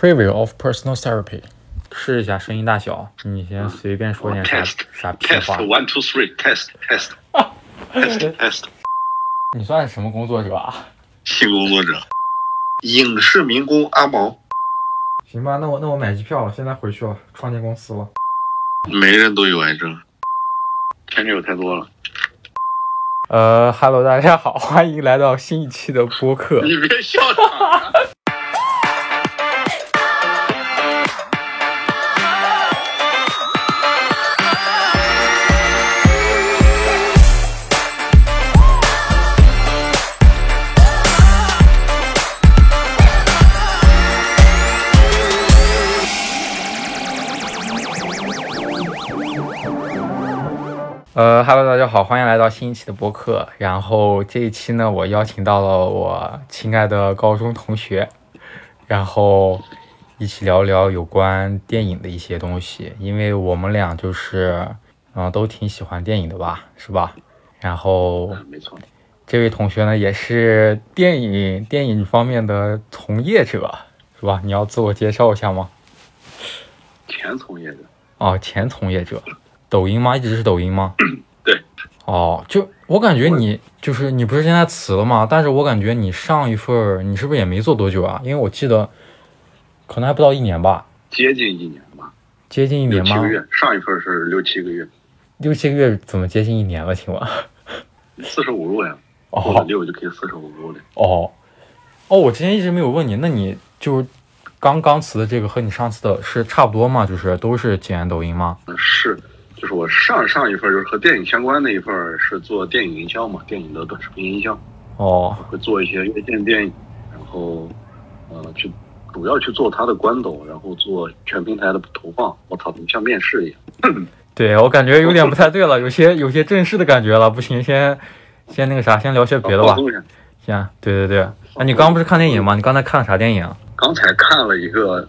Preview of personal therapy。试一下声音大小，你先随便说点啥 test 啥屁 test 话。 one two three test test test test 你算是什么工作者啊？性工作者，影视民工阿毛，行吧，那我那我买机票了，现在回去了，创建公司了。每个人都有癌症，前女友太多了。呃哈喽，大家好，欢迎来到新一期的播客。你别笑场，呃哈喽，大家好，欢迎来到新一期的播客。然后这一期呢，我邀请到了我亲爱的高中同学，然后一起聊聊有关电影的一些东西，因为我们俩就是嗯、呃都挺喜欢电影的吧，是吧？然后嗯没错，这位同学呢，也是电影电影方面的从业者，是吧？你要自我介绍一下吗？前从业者，哦，前从业者，抖音吗？一直是抖音吗？ 对。哦，就我感觉你就是你不是现在辞了吗？但是我感觉你上一份儿你是不是也没做多久啊？因为我记得可能还不到一年吧，接近一年吧，接近一六年七吗个？月，上一份是六七个月，六七个月怎么接近一年了？请问？四舍五入呀，过了哦六就可以四舍五入了。哦哦，我之前一直没有问你，那你就是刚刚辞的这个和你上次的是差不多吗？就是都是剪抖音吗？嗯是，就是我上上一份就是和电影相关的一份是做电影营销嘛，电影的短视频营销。哦会做一些院线电影，然后呃去主要去做它的关抖，然后做全平台的投放。我操，怎么像面试一样？，对我感觉有点不太对了，有些有些正式的感觉了，不行，先先那个啥，先聊些别的吧放。松一下行，对对对，哎，你刚刚不是看电影吗？你刚才看了啥电影？啊刚才看了一个，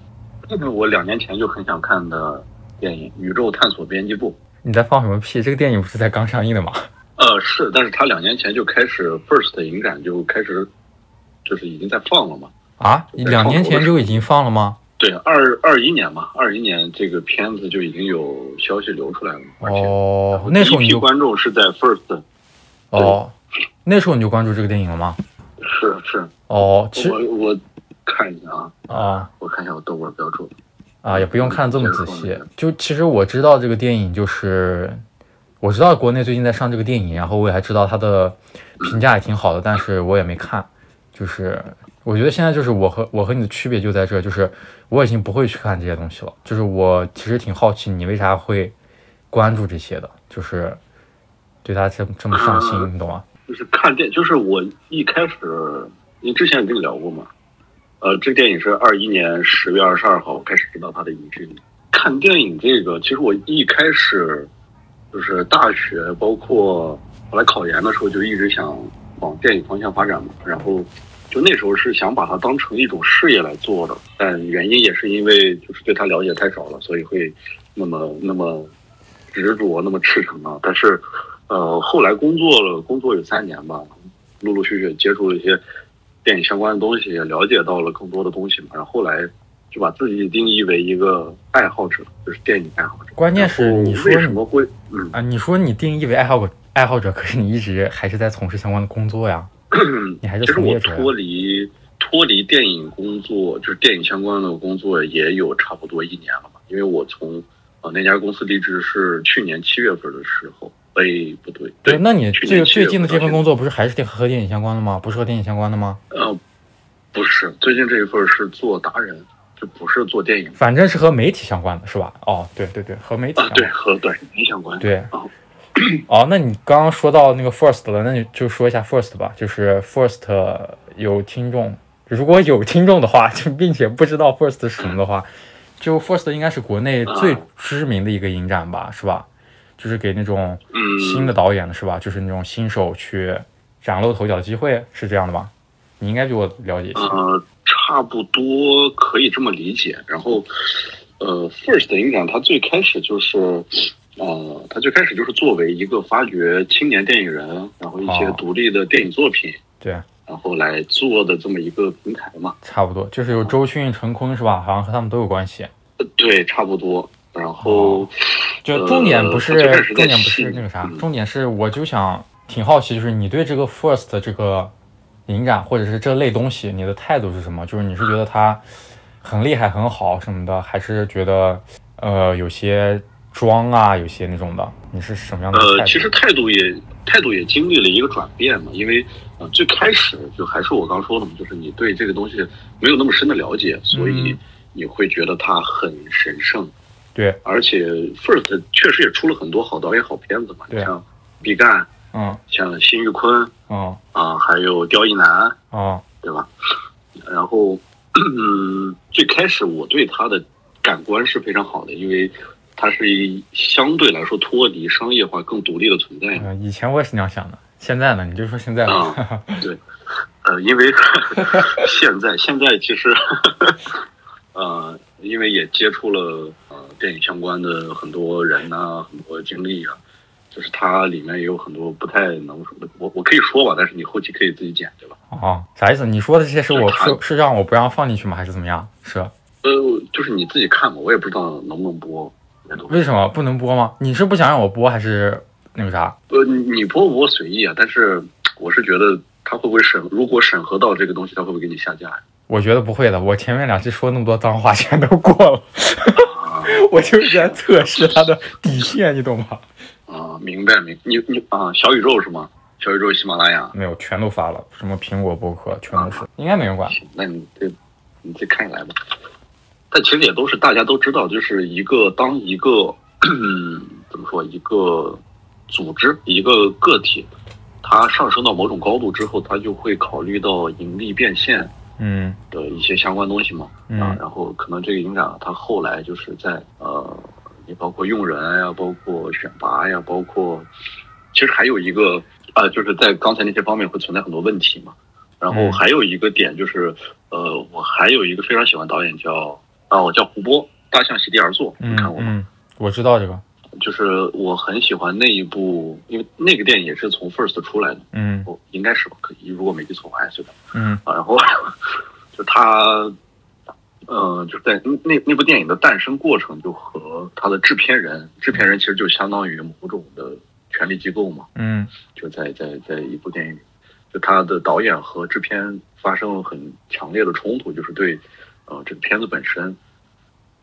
我两年前就很想看的电影《宇宙探索编辑部你在放什么屁？这个电影不是才刚上映的吗？》。呃，是，但是他两年前就开始 First 影展就开始，就是已经在放了嘛。啊，两年前就已经放了吗？对，二二一年嘛，二一年这个片子就已经有消息流出来了，而且哦，那时候第一你批就观众是在 First，哦，那时候你就关注这个电影了吗？是是，哦，其实我我看一下啊，啊我看一下我豆瓣标注。啊，也不用看得这么仔细。就其实我知道这个电影，就是我知道国内最近在上这个电影，然后我也还知道它的评价也挺好的，但是我也没看。就是我觉得现在就是我和我和你的区别就在这，就是我已经不会去看这些东西了。就是我其实挺好奇你为啥会关注这些的，就是对它这么这么上心，你懂吗？就是看电，就是我一开始，因为之前也跟你聊过嘛，呃，这个电影是二一年十月二十二号我开始知道它的引进。看电影这个，其实我一开始就是大学，包括后来考研的时候，就一直想往电影方向发展嘛。然后就那时候是想把它当成一种事业来做的，但原因也是因为就是对它了解太少了，所以会那么那么执着，那么赤诚啊。但是呃，后来工作了，工作有三年吧，陆陆续续接触了一些电影相关的东西，也了解到了更多的东西嘛。然后后来就把自己定义为一个爱好者，就是电影爱好者。关键是你说然后为你什么会嗯？啊，你说你定义为爱好者爱好者，可是你一直还是在从事相关的工作呀。你还是其实从我业者呀脱离脱离电影工作，就是电影相关的工作也有差不多一年了吧。因为我从呃那家公司离职是去年七月份的时候，哎不对，对，那你去这年个7最月近的份这到份现工作不是还是电和电影相关的吗？不是和电影相关的吗？呃，不是，最近这一份是做达人，就不是做电影反正是和媒体相关的是吧？哦，对对对，和媒体啊相，对，关。和短视频相关。哦对哦，哦，那你刚刚说到那个 First 了，那你就说一下 First 吧，就是 First 有听众，如果有听众的话，就并且不知道 First 是什么的话，就 First 应该是国内最啊知名的一个影展吧，是吧？就是给那种嗯，新的导演的是吧？就是那种新手去崭露头角的机会，是这样的吧？你应该比我了解一些。呃，差不多可以这么理解。然后，呃，First 的影展它最开始就是，呃，它最开始就是作为一个发掘青年电影人，然后一些哦独立的电影作品，对，然后来做的这么一个平台嘛。差不多就是有周迅、陈坤是吧？好像和他们都有关系。呃对，差不多。然后哦就重点不是、呃最开始重在点不是信那个啥，嗯重点是我就想挺好奇，就是你对这个 first 这个灵感或者是这类东西，你的态度是什么？就是你是觉得它很厉害、很好什么的，还是觉得呃有些装啊，有些那种的？你是什么样的态呃，度？其实态度也态度也经历了一个转变嘛，因为呃最开始就还是我刚说的嘛，就是你对这个东西没有那么深的了解，所以嗯你会觉得它很神圣。对，而且 First 确实也出了很多好导演、好片子嘛，你对啊像毕赣、嗯像辛玉坤嗯啊、还有刁亦男，嗯对吧？然后，嗯，最开始我对他的感官是非常好的，因为他是一相对来说脱离商业化、更独立的存在嘛。嗯，以前我也是那样想的，现在呢？你就说现在吧。啊，对，呃，因为现在现在其实，呃，因为也接触了呃电影相关的很多人呐、很多经历啊，就是它里面也有很多不太能说的，我我可以说吧，但是你后期可以自己剪，对吧？哦，啥意思？你说的这些是我就是是是让我不让放进去吗？还是怎么样？是呃，就是你自己看吧，我也不知道能不能播。为什么不能播吗？你是不想让我播还是那个啥？呃，你你播不播随意啊，但是我是觉得他会不会审，如果审核到这个东西，他会不会给你下架呀、我觉得不会的，我前面两期说那么多脏话全都过了， 啊？我就是在测试他的底线，你懂吗？啊，明白明，你你啊，小宇宙是吗？小宇宙、喜马拉雅，没有，全都发了，什么苹果播客全都是，应该没人管。那你这你这看着来吧。但其实也都是大家都知道，就是一个当一个 怎么说一个组织一个个体，它上升到某种高度之后，它就会考虑到盈利变现嗯的一些相关东西嘛。啊，嗯然后可能这个影展它后来就是在呃，你包括用人呀，包括选拔呀，包括其实还有一个啊、就是在刚才那些方面会存在很多问题嘛。然后嗯还有一个点就是，呃，我还有一个非常喜欢导演叫啊，我叫胡波，《大象席地而坐》，你嗯看过吗？嗯，我知道这个。就是我很喜欢那一部，因为那个电影也是从 First 出来的，嗯哦，应该是吧？可以，如果没记错，我还是嗯然后就他，呃，就在那那部电影的诞生过程，就和他的制片人，制片人其实就相当于某种的权力机构嘛，嗯就在在在一部电影里，就他的导演和制片发生了很强烈的冲突，就是对，呃，这个片子本身，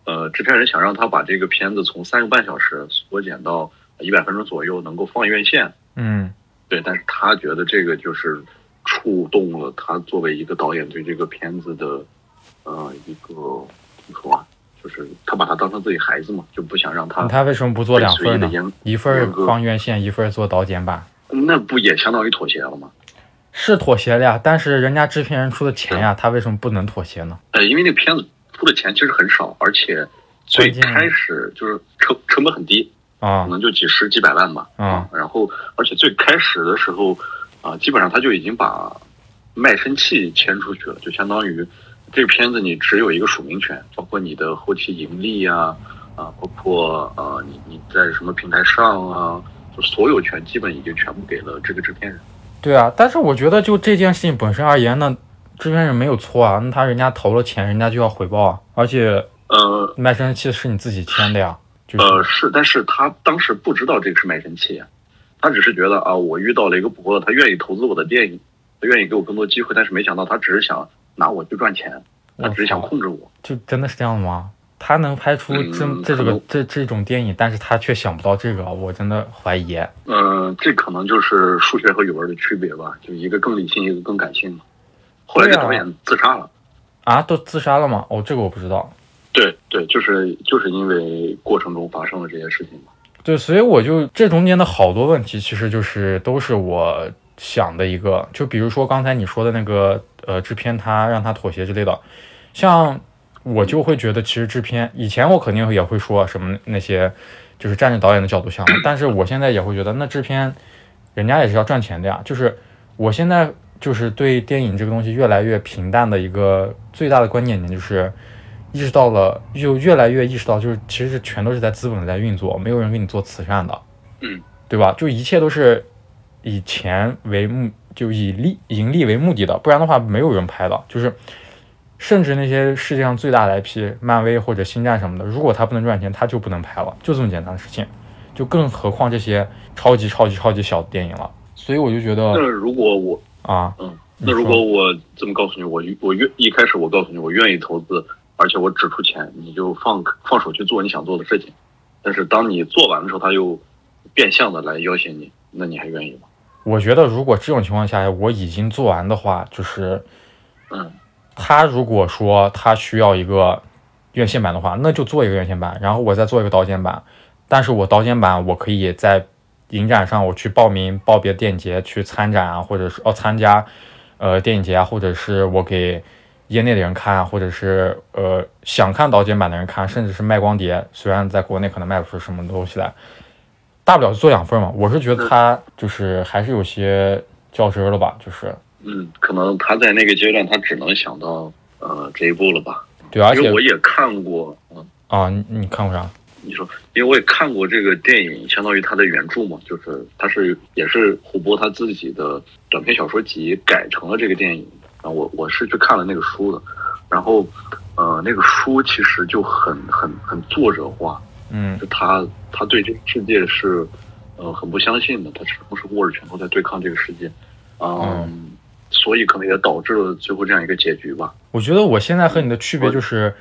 呃，制片人想让他把这个片子从三个半小时缩减到一百分钟左右，能够放院线，嗯对，但是他觉得这个就是触动了他作为一个导演对这个片子的，呃，一个怎么说啊，就是他把他当成自己孩子嘛，就不想让他嗯，他为什么不做两份的呢？严，一份严格放院线，一份做导剪版。那不也相当于妥协了吗？是妥协了呀，但是人家制片人出的钱呀，他为什么不能妥协呢？呃，因为那片子出的钱其实很少，而且最关键开始就是成成本很低，啊可能就几十几百万吧。啊，然后而且最开始的时候，啊、基本上他就已经把卖身契签出去了，就相当于这个片子你只有一个署名权，包括你的后期盈利啊，啊、包括呃你你在什么平台上啊，就所有权基本已经全部给了这个制片人。对啊，但是我觉得就这件事情本身而言呢，制片人没有错啊，那他人家投了钱，人家就要回报啊，而且呃卖身契是你自己签的呀，就是、呃是，但是他当时不知道这个是卖身契啊，他只是觉得啊我遇到了一个伯乐，他愿意投资我的电影，他愿意给我更多机会，但是没想到他只是想拿我去赚钱，他只是想我操控制我。就真的是这样的吗？他能拍出这、嗯这这可个能这这种电影，但是他却想不到这个，我真的怀疑。啊嗯，这可能就是数学和语文的区别吧，就一个更理性，一个更感性嘛。后来这对啊导演自杀了，啊，都自杀了吗？哦，这个我不知道。对对，就是就是因为过程中发生了这些事情嘛。对，所以我就这中间的好多问题，其实就是都是我想的一个，就比如说刚才你说的那个呃，制片他让他妥协之类的，像我就会觉得，其实制片以前我肯定也会说什么那些，就是站在导演的角度想，但是我现在也会觉得，那制片人家也是要赚钱的呀，就是我现在就是对电影这个东西越来越平淡的一个最大的关键点就是。意识到了，就越来越意识到，就是其实全都是在资本在运作，没有人给你做慈善的，嗯，对吧？就一切都是以钱为目，就以利盈利为目的的，不然的话没有人拍的。就是甚至那些世界上最大的 IP，漫威或者星战什么的，如果它不能赚钱，它就不能拍了，就这么简单的事情。就更何况这些超级超级超级小的电影了。所以我就觉那得如果我啊，嗯，你那如说果我这么告诉你，我我愿一开始我告诉你我愿意投资，而且我只出钱，你就放放手去做你想做的事情。但是当你做完的时候，他又变相的来要挟你，那你还愿意吗？我觉得如果这种情况下我已经做完的话，就是嗯，他如果说他需要一个院线版的话，那就做一个院线版，然后我再做一个导剪版。但是我导剪版我可以在影展上我去报名报别的电影节去参展啊，或者是哦参加呃电影节啊，或者是我给业内的人看啊，或者是呃想看导剪版的人看，甚至是卖光碟，虽然在国内可能卖不出什么东西来，大不了就做养分嘛。我是觉得他就是还是有些较真儿了吧，就是嗯，可能他在那个阶段，他只能想到呃这一步了吧。对，而因且为我也看过，嗯，啊，你你看过啥？你说，因为我也看过这个电影，相当于他的原著嘛，就是他是也是胡波他自己的短篇小说集改成了这个电影。然后我我是去看了那个书的，然后呃那个书其实就很很很作者化，嗯就他他对这个世界是呃很不相信的，他始终是握着拳头在对抗这个世界，嗯所以可能也导致了最后这样一个结局吧。，我觉得我现在和你的区别就是，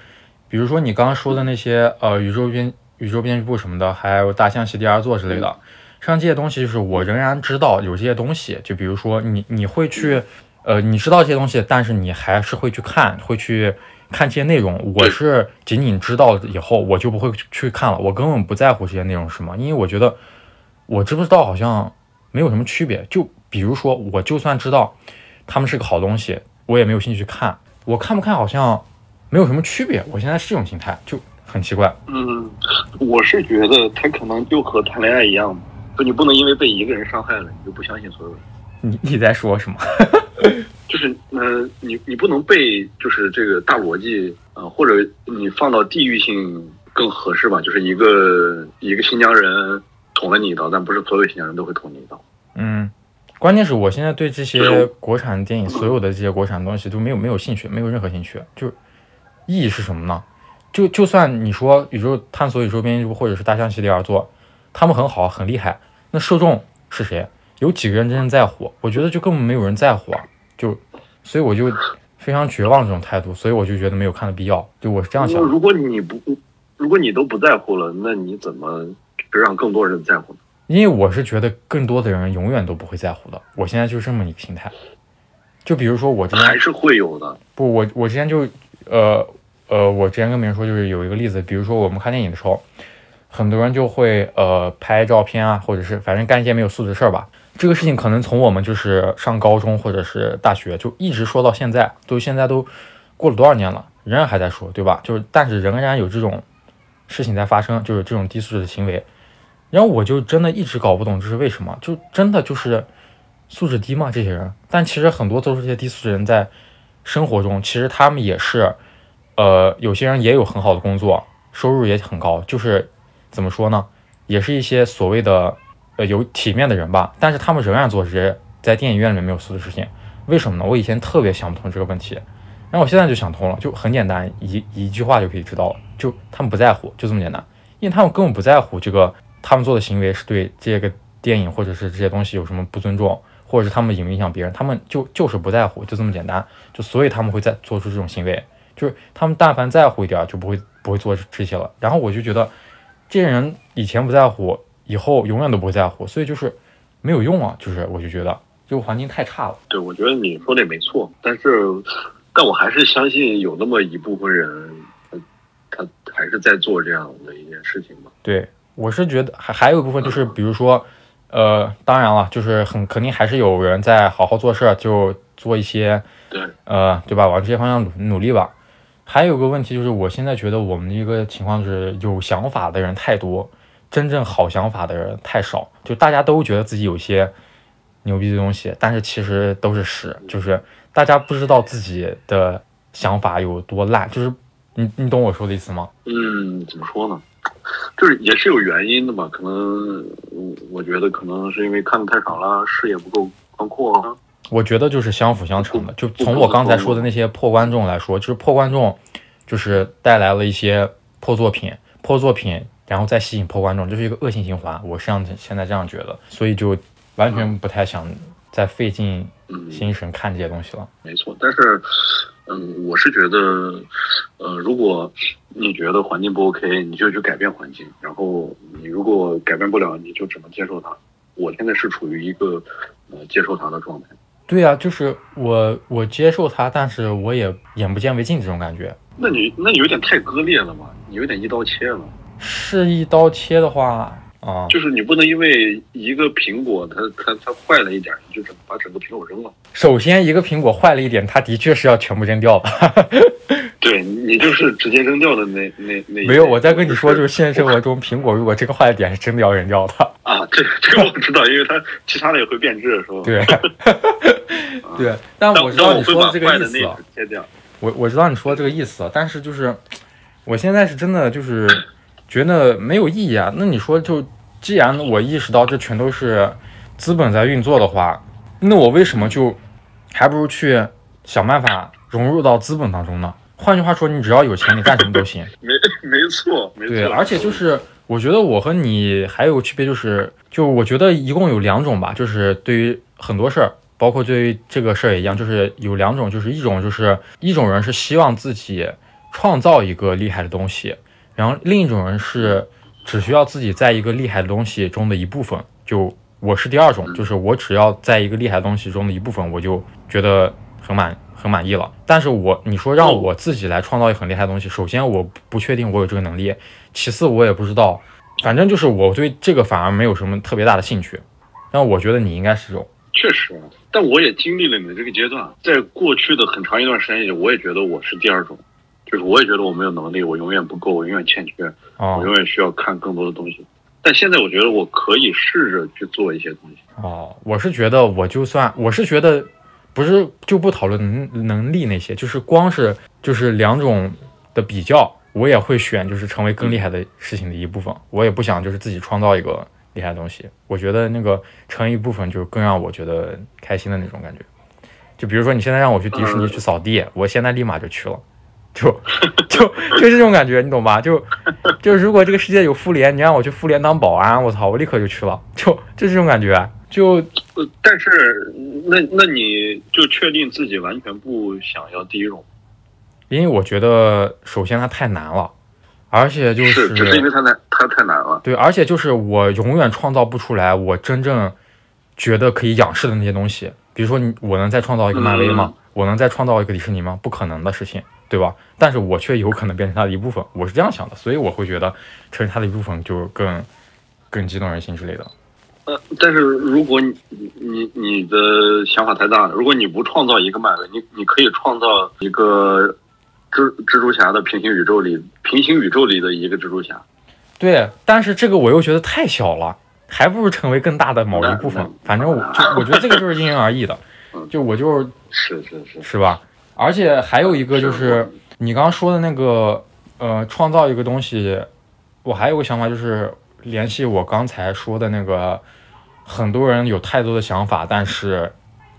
比如说你刚刚说的那些呃宇宙编宇宙编辑部什么的，还有大象席第二座之类的，像这些东西，就是我仍然知道有这些东西。就比如说你你会去，呃，你知道这些东西，但是你还是会去看，会去看这些内容。我是仅仅知道以后，我就不会去去看了，我根本不在乎这些内容是什么，因为我觉得我知不知道好像没有什么区别。就比如说，我就算知道他们是个好东西，我也没有兴趣去看。我看不看好像没有什么区别。我现在是这种心态，就很奇怪。嗯，我是觉得他可能就和谈恋爱一样，就你不能因为被一个人伤害了，你就不相信所有人。你你在说什么？就是，呃，你你不能被就是这个大逻辑，呃，或者你放到地域性更合适吧？就是一个一个新疆人捅了你一刀，但不是所有新疆人都会捅你一刀。嗯，关键是我现在对这些嗯国产电影所有的这些国产东西都没有没有兴趣，没有任何兴趣。就意义是什么呢？就就算你说宇宙探索宇宙编辑部或者是大象席地而坐，他们很好很厉害，那受众是谁？有几个人真正在乎？我觉得就根本没有人在乎啊！就所以我就非常绝望这种态度，所以我就觉得没有看的必要。就我是这样想那的。如果你不，如果你都不在乎了，那你怎么让更多人在乎呢？因为我是觉得更多的人永远都不会在乎的。我现在就是这么一个心态。就比如说我之前还是会有的。不，我我之前就呃呃，我之前跟别人说就是有一个例子，比如说我们看电影的时候，很多人就会呃拍照片啊，或者是反正干一些没有素质的事儿吧。这个事情可能从我们就是上高中或者是大学就一直说到现在，都现在都过了多少年了，仍然还在说，对吧？就是但是仍然有这种事情在发生，就是这种低素质的行为。然后我就真的一直搞不懂这是为什么，就真的就是素质低吗？这些人，但其实很多都是这些低素质人在生活中，其实他们也是，呃，有些人也有很好的工作，收入也很高，就是怎么说呢，也是一些所谓的呃有体面的人吧，但是他们仍然做这些在电影院里面没有素质的事情，为什么呢？我以前特别想不通这个问题，然后我现在就想通了，就很简单，一一句话就可以知道了，就他们不在乎，就这么简单，因为他们根本不在乎这个他们做的行为是对这个电影或者是这些东西有什么不尊重，或者是他们影响别人，他们就就是不在乎，就这么简单，就所以他们会在做出这种行为，就是他们但凡在乎一点儿就不会不会做这些了。然后我就觉得，这些人以前不在乎，以后永远都不会在乎，所以就是没有用啊，就是我就觉得这个环境太差了。对，我觉得你说的也没错，但是，但我还是相信有那么一部分人，他他还是在做这样的一件事情吧。对，我是觉得还还有一部分就是，比如说，呃，当然了，就是很肯定还是有人在好好做事儿，就做一些，对，呃，对吧？往这些方向努努力吧。还有个问题就是，我现在觉得我们一个情况就是，有想法的人太多，真正好想法的人太少。就大家都觉得自己有些牛逼的东西，但是其实都是屎，就是大家不知道自己的想法有多烂，就是你你懂我说的意思吗？嗯，怎么说呢？就是也是有原因的嘛，可能嗯我觉得可能是因为看的太少了，视野不够宽阔啊。我觉得就是相辅相成的。就从我刚才说的那些破观众来说，就是破观众，就是带来了一些破作品，破作品，然后再吸引破观众，就是一个恶性循环。我是这样现在这样觉得，所以就完全不太想再费尽嗯，心神看这些东西了。没错，但是，嗯，我是觉得，呃，如果你觉得环境不 OK，你就去改变环境，然后你如果改变不了，你就只能接受它。我现在是处于一个呃接受它的状态。对啊，就是我我接受它，但是我也眼不见为净这种感觉。那你那有点太割裂了嘛，你有点一刀切了，是一刀切的话啊、就是你不能因为一个苹果它它它坏了一点，你就整把整个苹果扔了。首先一个苹果坏了一点，它的确是要全部扔掉的。对你就是直接扔掉的那那那一没有，类我在跟你说，就是是现实生活中 苹果如果这个坏的点是真的要扔掉 的。啊，这这个我知道，因为它其他的也会变质，是吧？对， 对，但但我知道但你我会说把的这个坏意的思那啊个，切掉。我我知道你说的这个意思啊，但是就是我现在是真的就是觉得没有意义啊。那你说就既然我意识到这全都是资本在运作的话，那我为什么就还不如去想办法融入到资本当中呢？换句话说，你只要有钱，你干什么都行。没 没错，没错。对，而且就是我觉得我和你还有区别就是，就我觉得一共有两种吧，就是对于很多事儿，包括对于这个事儿也一样，就是有两种，就是一种就是一种人是希望自己创造一个厉害的东西，然后另一种人是只需要自己在一个厉害的东西中的一部分。就我是第二种，就是我只要在一个厉害的东西中的一部分，我就觉得很满很满意了。但是我你说让我自己来创造一个很厉害的东西，首先我不确定我有这个能力，其次我也不知道，反正就是我对这个反而没有什么特别大的兴趣。但我觉得你应该是有，确实，啊但我也经历了你的这个阶段，啊在过去的很长一段时间里，我也觉得我是第二种，就是我也觉得我没有能力，我永远不够，我永远欠缺，啊我永远需要看更多的东西。但现在我觉得我可以试着去做一些东西。哦，我是觉得我就算我是觉得不是就不讨论能能力那些，就是光是就是两种的比较，我也会选就是成为更厉害的事情的一部分，我也不想就是自己创造一个厉害的东西，我觉得那个成一部分就是更让我觉得开心的那种感觉。就比如说你现在让我去迪士尼去扫地，我现在立马就去了。就 就就这种感觉，你懂吧？就就如果这个世界有妇联，你让我去妇联当保安，我操，我立刻就去了，就就这种感觉。就呃，但是那那你就确定自己完全不想要第一种，因为我觉得，首先它太难了，而且就是只是因为它太它太难了。对，而且就是我永远创造不出来我真正觉得可以仰视的那些东西。比如说你，我能再创造一个漫威吗？我能再创造一个迪士尼吗？不可能的事情，对吧？但是我却有可能变成它的一部分，我是这样想的，所以我会觉得成为它的一部分就更更激动人心之类的。呃，但是如果你你你你的想法太大了，如果你不创造一个漫威，你你可以创造一个蜘蜘蛛侠的平行宇宙里，平行宇宙里的一个蜘蛛侠，对，但是这个我又觉得太小了，还不如成为更大的某一部分。反正我就我觉得这个就是因人而异的，就我就是是是是，是吧？而且还有一个就是你刚刚说的那个，呃，创造一个东西，我还有个想法就是联系我刚才说的那个，很多人有太多的想法，但是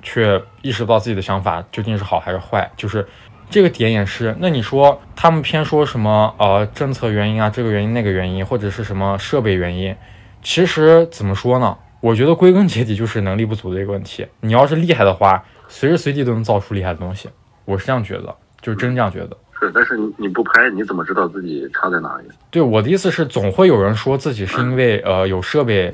却意识不到自己的想法究竟是好还是坏，就是这个点也是。那你说他们偏说什么呃政策原因啊，这个原因那个原因，或者是什么设备原因，其实怎么说呢？我觉得归根结底就是能力不足的一个问题。你要是厉害的话，随时随地都能造出厉害的东西。我是这样觉得，就是嗯真这样觉得。是，但是你你不拍，你怎么知道自己差在哪里？对我的意思是，总会有人说自己是因为呃有设备、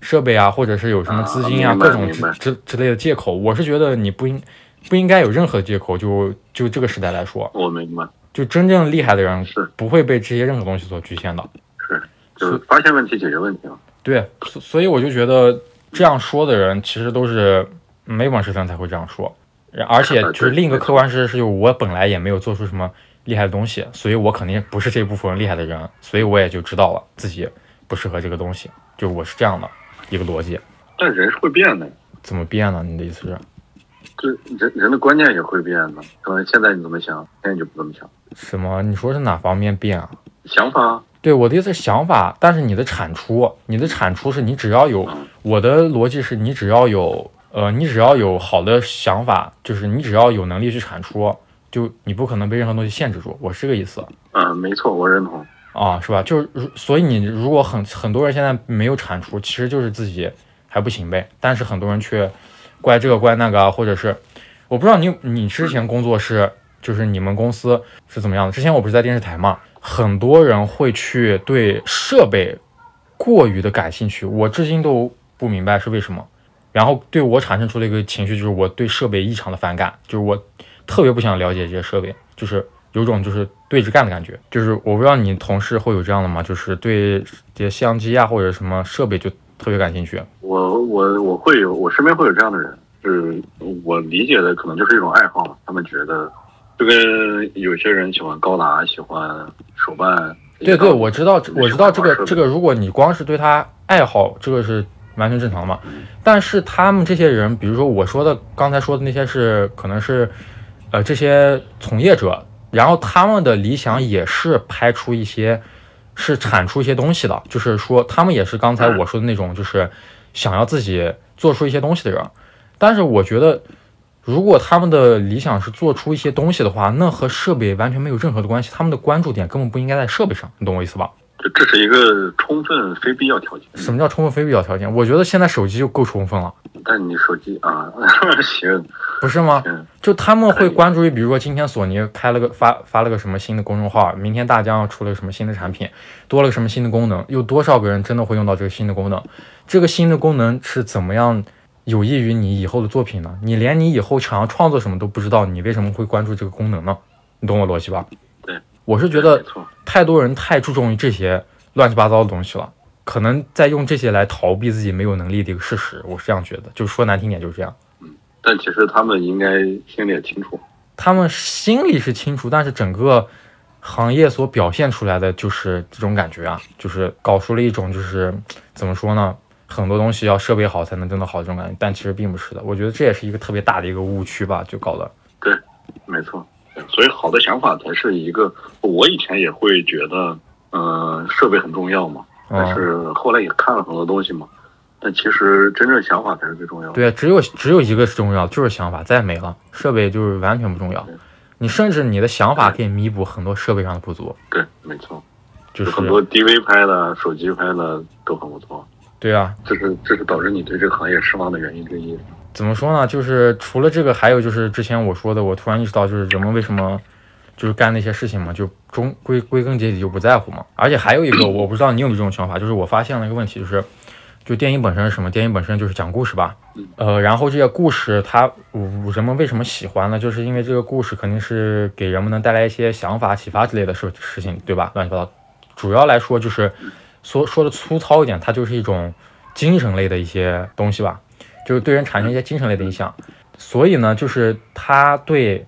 设备啊，或者是有什么资金啊，啊明白各种明之白之之类的借口。我是觉得你不应不应该有任何借口。就就这个时代来说，我明白，就真正厉害的人是不会被这些任何东西所局限的。是，就是发现问题，解决问题嘛。对，所所以我就觉得这样说的人其实都是没本事的人才会这样说，然而且就是另一个客观事实是，我本来也没有做出什么厉害的东西，所以我肯定不是这部分厉害的人，所以我也就知道了自己不适合这个东西，就我是这样的一个逻辑。但人是会变的，怎么变呢？你的意思是？就人人的观念也会变的。可能现在你怎么想，现在你就不这么想，什么？你说是哪方面变啊？想法对我的意思是想法，但是你的产出，你的产出是你只要有，我的逻辑是你只要有，呃，你只要有好的想法，就是你只要有能力去产出，就你不可能被任何东西限制住，我是这个意思嗯，没错，我认同。啊，是吧？就是如所以你如果很很多人现在没有产出，其实就是自己还不行呗，但是很多人却怪这个怪那个啊，或者是我不知道你你之前工作是就是你们公司是怎么样的？之前我不是在电视台嘛，很多人会去对设备过于的感兴趣，我至今都不明白是为什么。然后对我产生出了一个情绪，就是我对设备异常的反感，就是我特别不想了解这些设备，就是有种就是对着干的感觉。就是我不知道你同事会有这样的吗？就是对这些相机啊或者什么设备就特别感兴趣。我我我会有，我身边会有这样的人，就是我理解的可能就是一种爱好嘛。他们觉得，就跟有些人喜欢高达，喜欢手办。对对，我知道喜，欢我知道这玩个设备这个，如果你光是对他爱好，这个是完全正常的嘛。但是他们这些人，比如说我说的刚才说的那些是，可能是，呃，这些从业者，然后他们的理想也是拍出一些，是产出一些东西的，就是说他们也是刚才我说的那种，就是想要自己做出一些东西的人。但是我觉得，如果他们的理想是做出一些东西的话，那和设备完全没有任何的关系，他们的关注点根本不应该在设备上，你懂我意思吧？这这是一个充分非必要条件。什么叫充分非必要条件？我觉得现在手机就够充分了，但你手机啊， 行，不是吗嗯？就他们可以会关注于，比如说今天索尼开了个发发了个什么新的公众号，明天大疆又出了个什么新的产品，多了个什么新的功能，有多少个人真的会用到这个新的功能？这个新的功能是怎么样有益于你以后的作品呢？你连你以后想要创作什么都不知道，你为什么会关注这个功能呢？你懂我逻辑吧？对，我是觉得没错，太多人太注重于这些乱七八糟的东西了，可能在用这些来逃避自己没有能力的一个事实。我是这样觉得，就说难听点就是这样。但其实他们应该心里也清楚。他们心里是清楚，但是整个行业所表现出来的就是这种感觉啊，就是搞出了一种就是怎么说呢，很多东西要设备好才能真的好这种感觉，但其实并不是的。我觉得这也是一个特别大的一个误区吧，就搞得对，没错。所以好的想法才是一个，我以前也会觉得，呃，设备很重要嘛。但嗯。是后来也看了很多东西嘛，但其实真正想法才是最重要的。对，啊只有只有一个是重要，就是想法，再也没了。设备就是完全不重要对，你甚至你的想法可以弥补很多设备上的不足，对，没错，就是很多 DV 拍的、手机拍的都很不错，对啊。这是这是导致你对这个行业失望的原因之一。怎么说呢？就是除了这个，还有就是之前我说的，我突然意识到，就是人们为什么就是干那些事情嘛，就终归归根结底就不在乎嘛。而且还有一个，我不知道你有没有这种想法，就是我发现了一个问题，就是就电影本身是什么？电影本身就是讲故事吧嗯，呃，然后这些故事它嗯人们为什么喜欢呢？就是因为这个故事肯定是给人们能带来一些想法、启发之类的事事情，对吧？乱七八糟，主要来说就是说说的粗糙一点，它就是一种精神类的一些东西吧，就是对人产生一些精神类的影响。所以呢，就是它对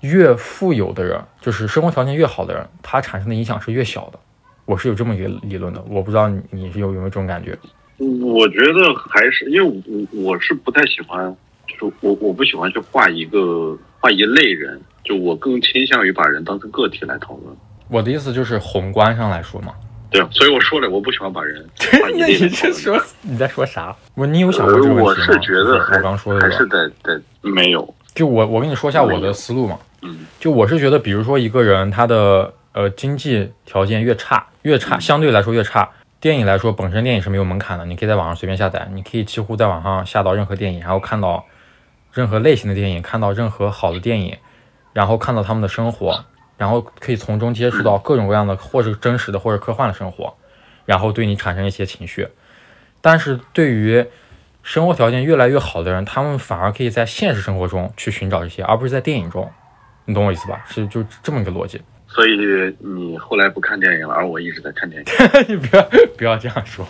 越富有的人，就是生活条件越好的人，它产生的影响是越小的。我是有这么一个理论的，我不知道你你是有有没有这种感觉？我觉得还是因为我我是不太喜欢，就是我我不喜欢去画一个画一类人，就我更倾向于把人当成个体来讨论。我的意思就是宏观上来说嘛。对，啊所以我说了，我不喜欢把 人画一类人讨论。你在说啥？我你有想过这个呃，问题吗？我是觉得就是还我刚说的还这是个，得得没有，就我我跟你说一下我的思路嘛。嗯，就我是觉得，比如说一个人他的呃经济条件越差，越嗯差，相对来说越差。电影来说，本身电影是没有门槛的，你可以在网上随便下载，你可以几乎在网上下到任何电影，然后看到任何类型的电影，看到任何好的电影，然后看到他们的生活，然后可以从中接触到各种各样的，或者真实的，或者科幻的生活，然后对你产生一些情绪。但是对于生活条件越来越好的人，他们反而可以在现实生活中去寻找这些，而不是在电影中。你懂我意思吧？是就这么一个逻辑。所以你后来不看电影了，而我一直在看电影。 你不要不要这样说，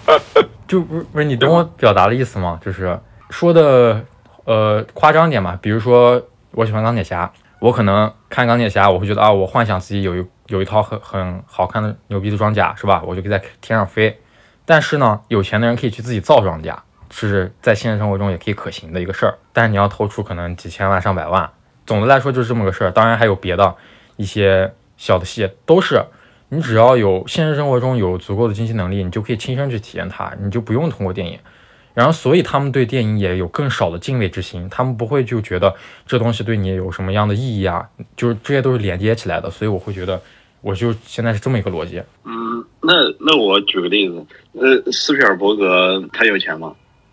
就不是不是你懂我表达的意思吗？就是说的呃夸张点嘛，比如说我喜欢钢铁侠，我可能看钢铁侠，我会觉得啊，我幻想自己有一有一套很很好看的牛逼的装甲，是吧？我就可以在天上飞。但是呢，有钱的人可以去自己造装甲，是在现实生活中也可以可行的一个事儿。但是你要投出可能几千万上百万，总的来说就是这么个事儿。当然还有别的一些小的细节，都是你只要有现实生活中有足够的经济能力，你就可以亲身去体验它，你就不用通过电影。然后，所以他们对电影也有更少的敬畏之心，他们不会就觉得这东西对你有什么样的意义啊，就是这些都是连接起来的。所以我会觉得，我就现在是这么一个逻辑。嗯，那那我举个例子，呃，斯皮尔伯格他有钱吗？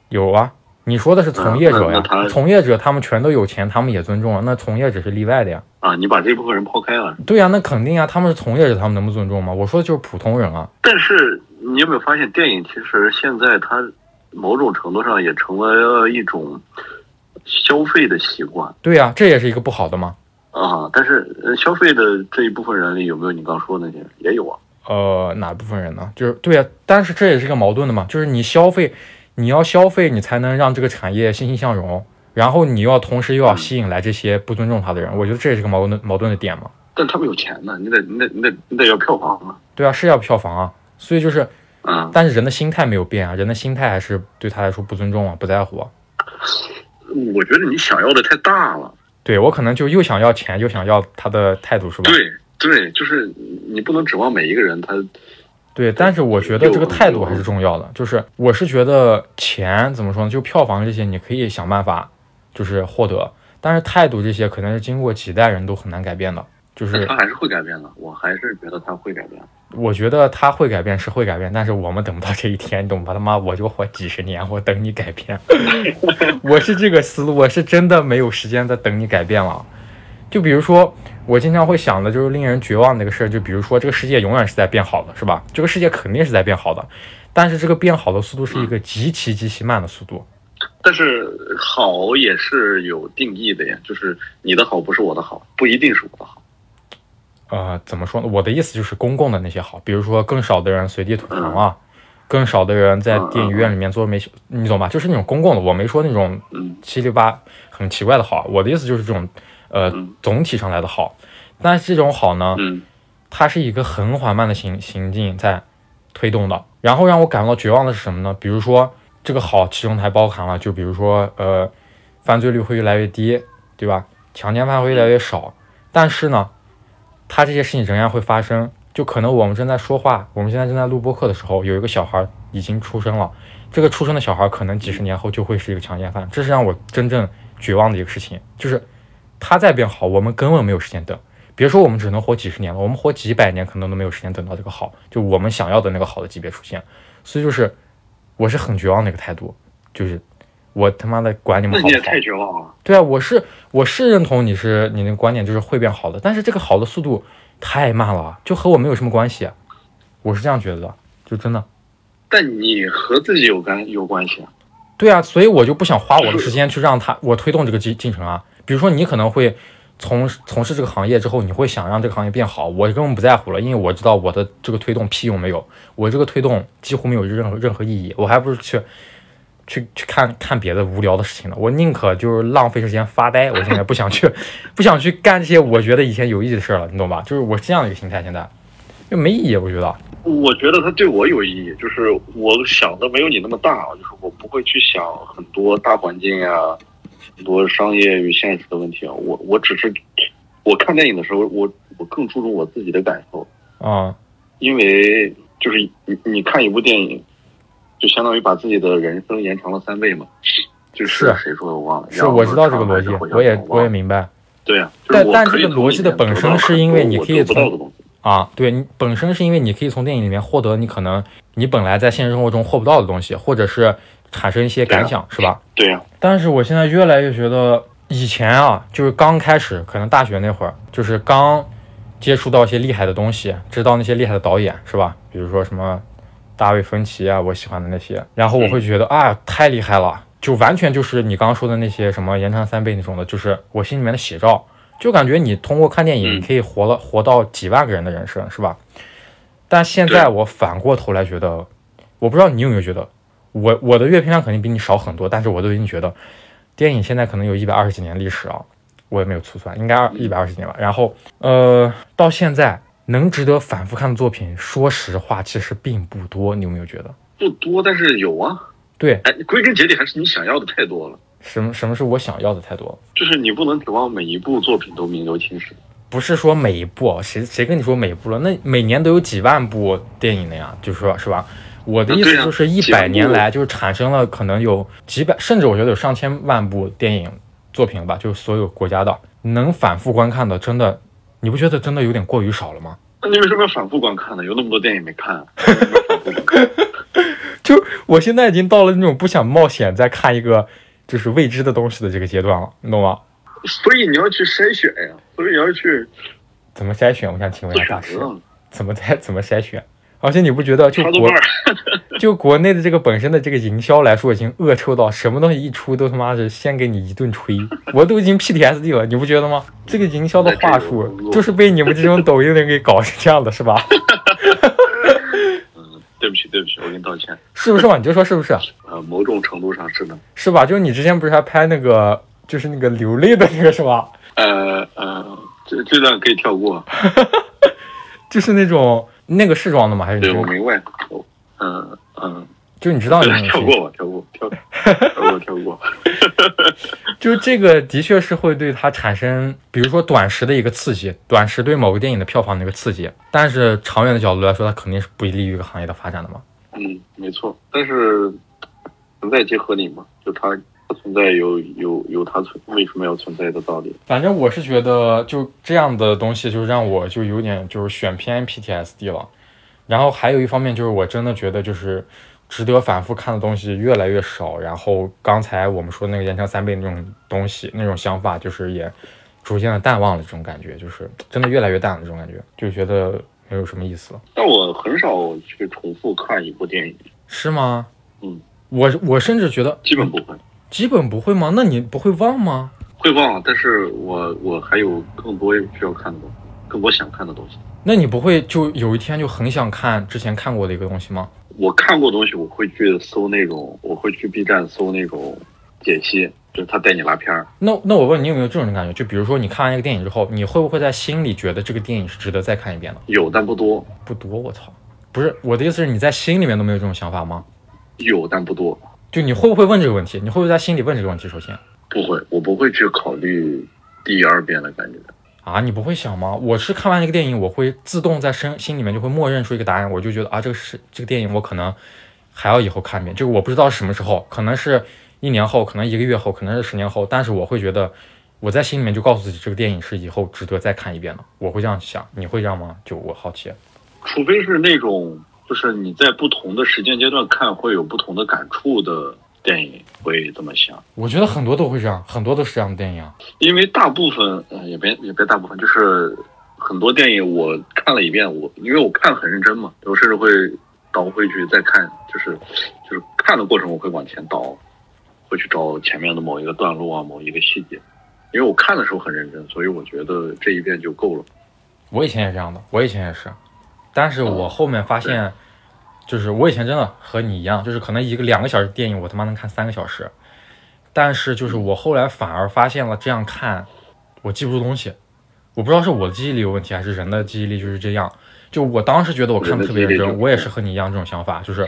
有啊，你说的是从业者呀嗯那那他，从业者他们全都有钱，他们也尊重啊。那从业者是例外的呀。啊，你把这部分人抛开了，对啊呀、那肯定呀，他们是从业者，他们能不尊重吗？我说的就是普通人啊。但是你有没有发现，电影其实现在它某种程度上也成为了一种消费的习惯对呀、这也是一个不好的嘛。啊。但是呃消费的这一部分人里，有没有你刚说的那些人？也有啊。呃，哪部分人呢？就是对呀、但是这也是一个矛盾的嘛，就是你消费，你要消费，你才能让这个产业欣欣向荣，然后你又要同时又要吸引来这些不尊重他的人，我觉得这也是个矛盾矛盾的点嘛。但他们有钱呢，你得你得你得你得要票房啊。对啊，是要票房啊，所以就是，嗯，但是人的心态没有变啊，人的心态还是对他来说不尊重啊，不在乎啊。我觉得你想要的太大了。对我可能就又想要钱，又想要他的态度，是吧？对对，就是你不能指望每一个人他对，但是我觉得这个态度还是重要的。就是我是觉得钱怎么说呢，就票房这些你可以想办法，就是获得，但是态度这些可能是经过几代人都很难改变的。 就是他还是会改变的，我还是觉得他会改变。我觉得他会改变是会改变，但是我们等不到这一天，你懂吧？他妈我就活几十年，我等你改变。 我是这个思路，我是真的没有时间在等你改变了。就比如说，我经常会想的就是令人绝望的一个事儿，就比如说这个世界永远是在变好的，是吧？这个世界肯定是在变好的，但是这个变好的速度是一个极其极其慢的速度。但是好也是有定义的呀，就是你的好不是我的好，不一定是我的好。呃，怎么说呢？我的意思就是公共的那些好，比如说更少的人随地吐痰啊，更少的人在电影院里面做没，你懂吧？就是那种公共的，我没说那种嗯七六八很奇怪的好，我的意思就是这种，呃嗯，总体上来的好。但是这种好呢，嗯它是一个很缓慢的行行进在推动的。然后让我感到绝望的是什么呢？比如说这个好，其中还包含了，就比如说呃，犯罪率会越来越低，对吧？强奸犯会越来越少，但是呢，它这些事情仍然会发生。就可能我们正在说话，我们现在正在录播课的时候，有一个小孩已经出生了，这个出生的小孩可能几十年后就会是一个强奸犯，这是让我真正绝望的一个事情，就是他再变好，我们根本没有时间等。别说我们只能活几十年了，我们活几百年可能都没有时间等到这个好，就我们想要的那个好的级别出现。所以就是，我是很绝望的一个态度，就是我他妈的管你们那好你不也好太。绝望了。对啊，我是我是认同你是你那个观点，就是会变好的，但是这个好的速度太慢了，就和我没有什么关系。啊我是这样觉得的，就真的。但你和自己有关有关系啊。对啊，所以我就不想花我的时间去让他我推动这个进进程啊。比如说，你可能会从从事这个行业之后，你会想让这个行业变好，我根本不在乎了，因为我知道我的这个推动屁用没有，我这个推动几乎没有任何任何意义，我还不如去去去看看别的无聊的事情呢。我宁可就是浪费时间发呆，我现在不想去 不想去干这些我觉得以前有意义的事儿了，你懂吧？就是我这样的一个心态，现在就没意义，我觉得。我觉得它对我有意义，就是我想的没有你那么大，就是我不会去想很多大环境啊，很多商业与现实的问题啊。我我只是我看电影的时候，我我更注重我自己的感受，啊、因为就是你你看一部电影，就相当于把自己的人生延长了三倍嘛。就是是啊谁说的我忘了，是我知道这个逻辑，我也我也明明白。对啊。就但是我但可以这个从逻里辑的面本得身到是很因为多你我可以得不到从的东西啊，对你本身是因为你可以从电影里面获得你可能你本来在现实生活中获不到的东西，或者是产生一些感想，是吧？对啊呀、但是我现在越来越觉得，以前啊，就是刚开始，可能大学那会儿，就是刚接触到一些厉害的东西，知道那些厉害的导演，是吧？比如说什么大卫芬奇啊，我喜欢的那些，然后我会觉得啊，太厉害了，就完全就是你刚刚说的那些什么延长三倍那种的，就是我心里面的写照，就感觉你通过看电影，嗯你可以活了活到几万个人的人生，是吧？但现在对我反过头来觉得，我不知道你有没有觉得，我我的阅片量肯定比你少很多，但是我都已经觉得，电影现在可能有一百二十几年历史啊，我也没有粗算，应该一百二十年吧。然后呃，到现在能值得反复看的作品，说实话其实并不多，你有没有觉得？不多，但是有啊。对，哎，归根结底还是你想要的太多了，什么什么是我想要的太多了，就是你不能指望每一部作品都名留青史。不是说每一部，啊谁谁跟你说每一部了？那每年都有几万部电影的呀，就是说是吧？我的意对思呀就是一几万百部年来就是产生了可能有几百，甚至我觉得有上千万部电影作品吧，就是所有国家的能反复观看的，真的，你不觉得真的有点过于少了吗？那你为什么要反复观看呢？有那么多电影没看啊，为什么要反复观看就我现在已经到了那种不想冒险再看一个就是未知的东西的这个阶段了，你懂吗？所以你要去筛选呀，所以你要去怎么筛选？我想请问一做下大选师，择。怎么筛怎么筛选？而且你不觉得就刷豆国瓣儿， 就国内的这个本身的这个营销来说，已经恶臭到什么东西一出都他妈是先给你一顿 吹，我都已经 PTSD 了，你不觉得吗？这个营销的话那这个术我就是被你们这种抖音人给搞成这样的，是吧？ 嗯，对不起，对不起，我给你道歉。是不是嘛？你就说是不是？呃，某种程度上是的。是吧？就是你之前不是还拍那个，就是那个流泪的那个是吧？呃呃，这这段可以跳过。就是那种那个试装的吗？还是你对，我就明白。我嗯嗯，就你知道那跳种过吧，跳过，跳跳过，跳过。就这个的确是会对它产生，比如说短时的一个刺激，短时对某个电影的票房的一个刺激，但是长远的角度来说，它肯定是不利于一个行业的发展的嘛。嗯，没错。但是存在即合理嘛，就它它存在有有有它存为什么要存在的道理。反正我是觉得，就这样的东西，就让我就有点就是选偏 PTSD 了。然后还有一方面就是，我真的觉得就是值得反复看的东西越来越少。然后刚才我们说那个延长三倍那种东西，那种想法，就是也逐渐的淡忘了这种感觉，就是真的越来越淡了这种感觉，就觉得没有什么意思了。但我很少去重复看一部电影，是吗？嗯，我我甚至觉得基本不会。基本不会吗？那你不会忘吗？会忘，但是我我还有更多需要看的东西，更多想看的东西。那你不会就有一天就很想看之前看过的一个东西吗？我看过东西，我会去搜那种，我会去 B 站搜那种解析，就是他带你拉片儿。那那我问你有没有这种感觉？就比如说你看完一个电影之后，你会不会在心里觉得这个电影是值得再看一遍的？有但不多，不多，我操！不是我的意思是你在心里面都没有这种想法吗？有但不多。就你会不会问这个问题？你会不会在心里问这个问题？首先不会，我不会去考虑第二遍的感觉。啊，你不会想吗？我是看完一个电影，我会自动在身心里面就会默认出一个答案，我就觉得啊，这个是这个电影我可能还要以后看一遍，就是我不知道什么时候，可能是一年后，可能一个月后，可能是十年后，但是我会觉得我在心里面就告诉自己，这个电影是以后值得再看一遍的，我会这样想，你会这样吗？就我好奇。除非是那种，就是你在不同的时间阶段看会有不同的感触的电影，会这么想。我觉得很多都会这样，很多都是这样的电影啊。因为大部分，呃，也别也别大部分，就是很多电影我看了一遍，我因为我看很认真嘛，我甚至会倒回去再看，就是就是看的过程我会往前倒，会去找前面的某一个段落啊，某一个细节，因为我看的时候很认真，所以我觉得这一遍就够了。我以前也是这样的，我以前也是，但是我后面发现，就是我以前真的和你一样，就是可能一个两个小时电影，我他妈能看三个小时，但是就是我后来反而发现了，这样看我记不住东西，我不知道是我的记忆力有问题，还是人的记忆力就是这样。就我当时觉得我看的特别认人的记忆力就是真，我也是和你一样这种想法，就是，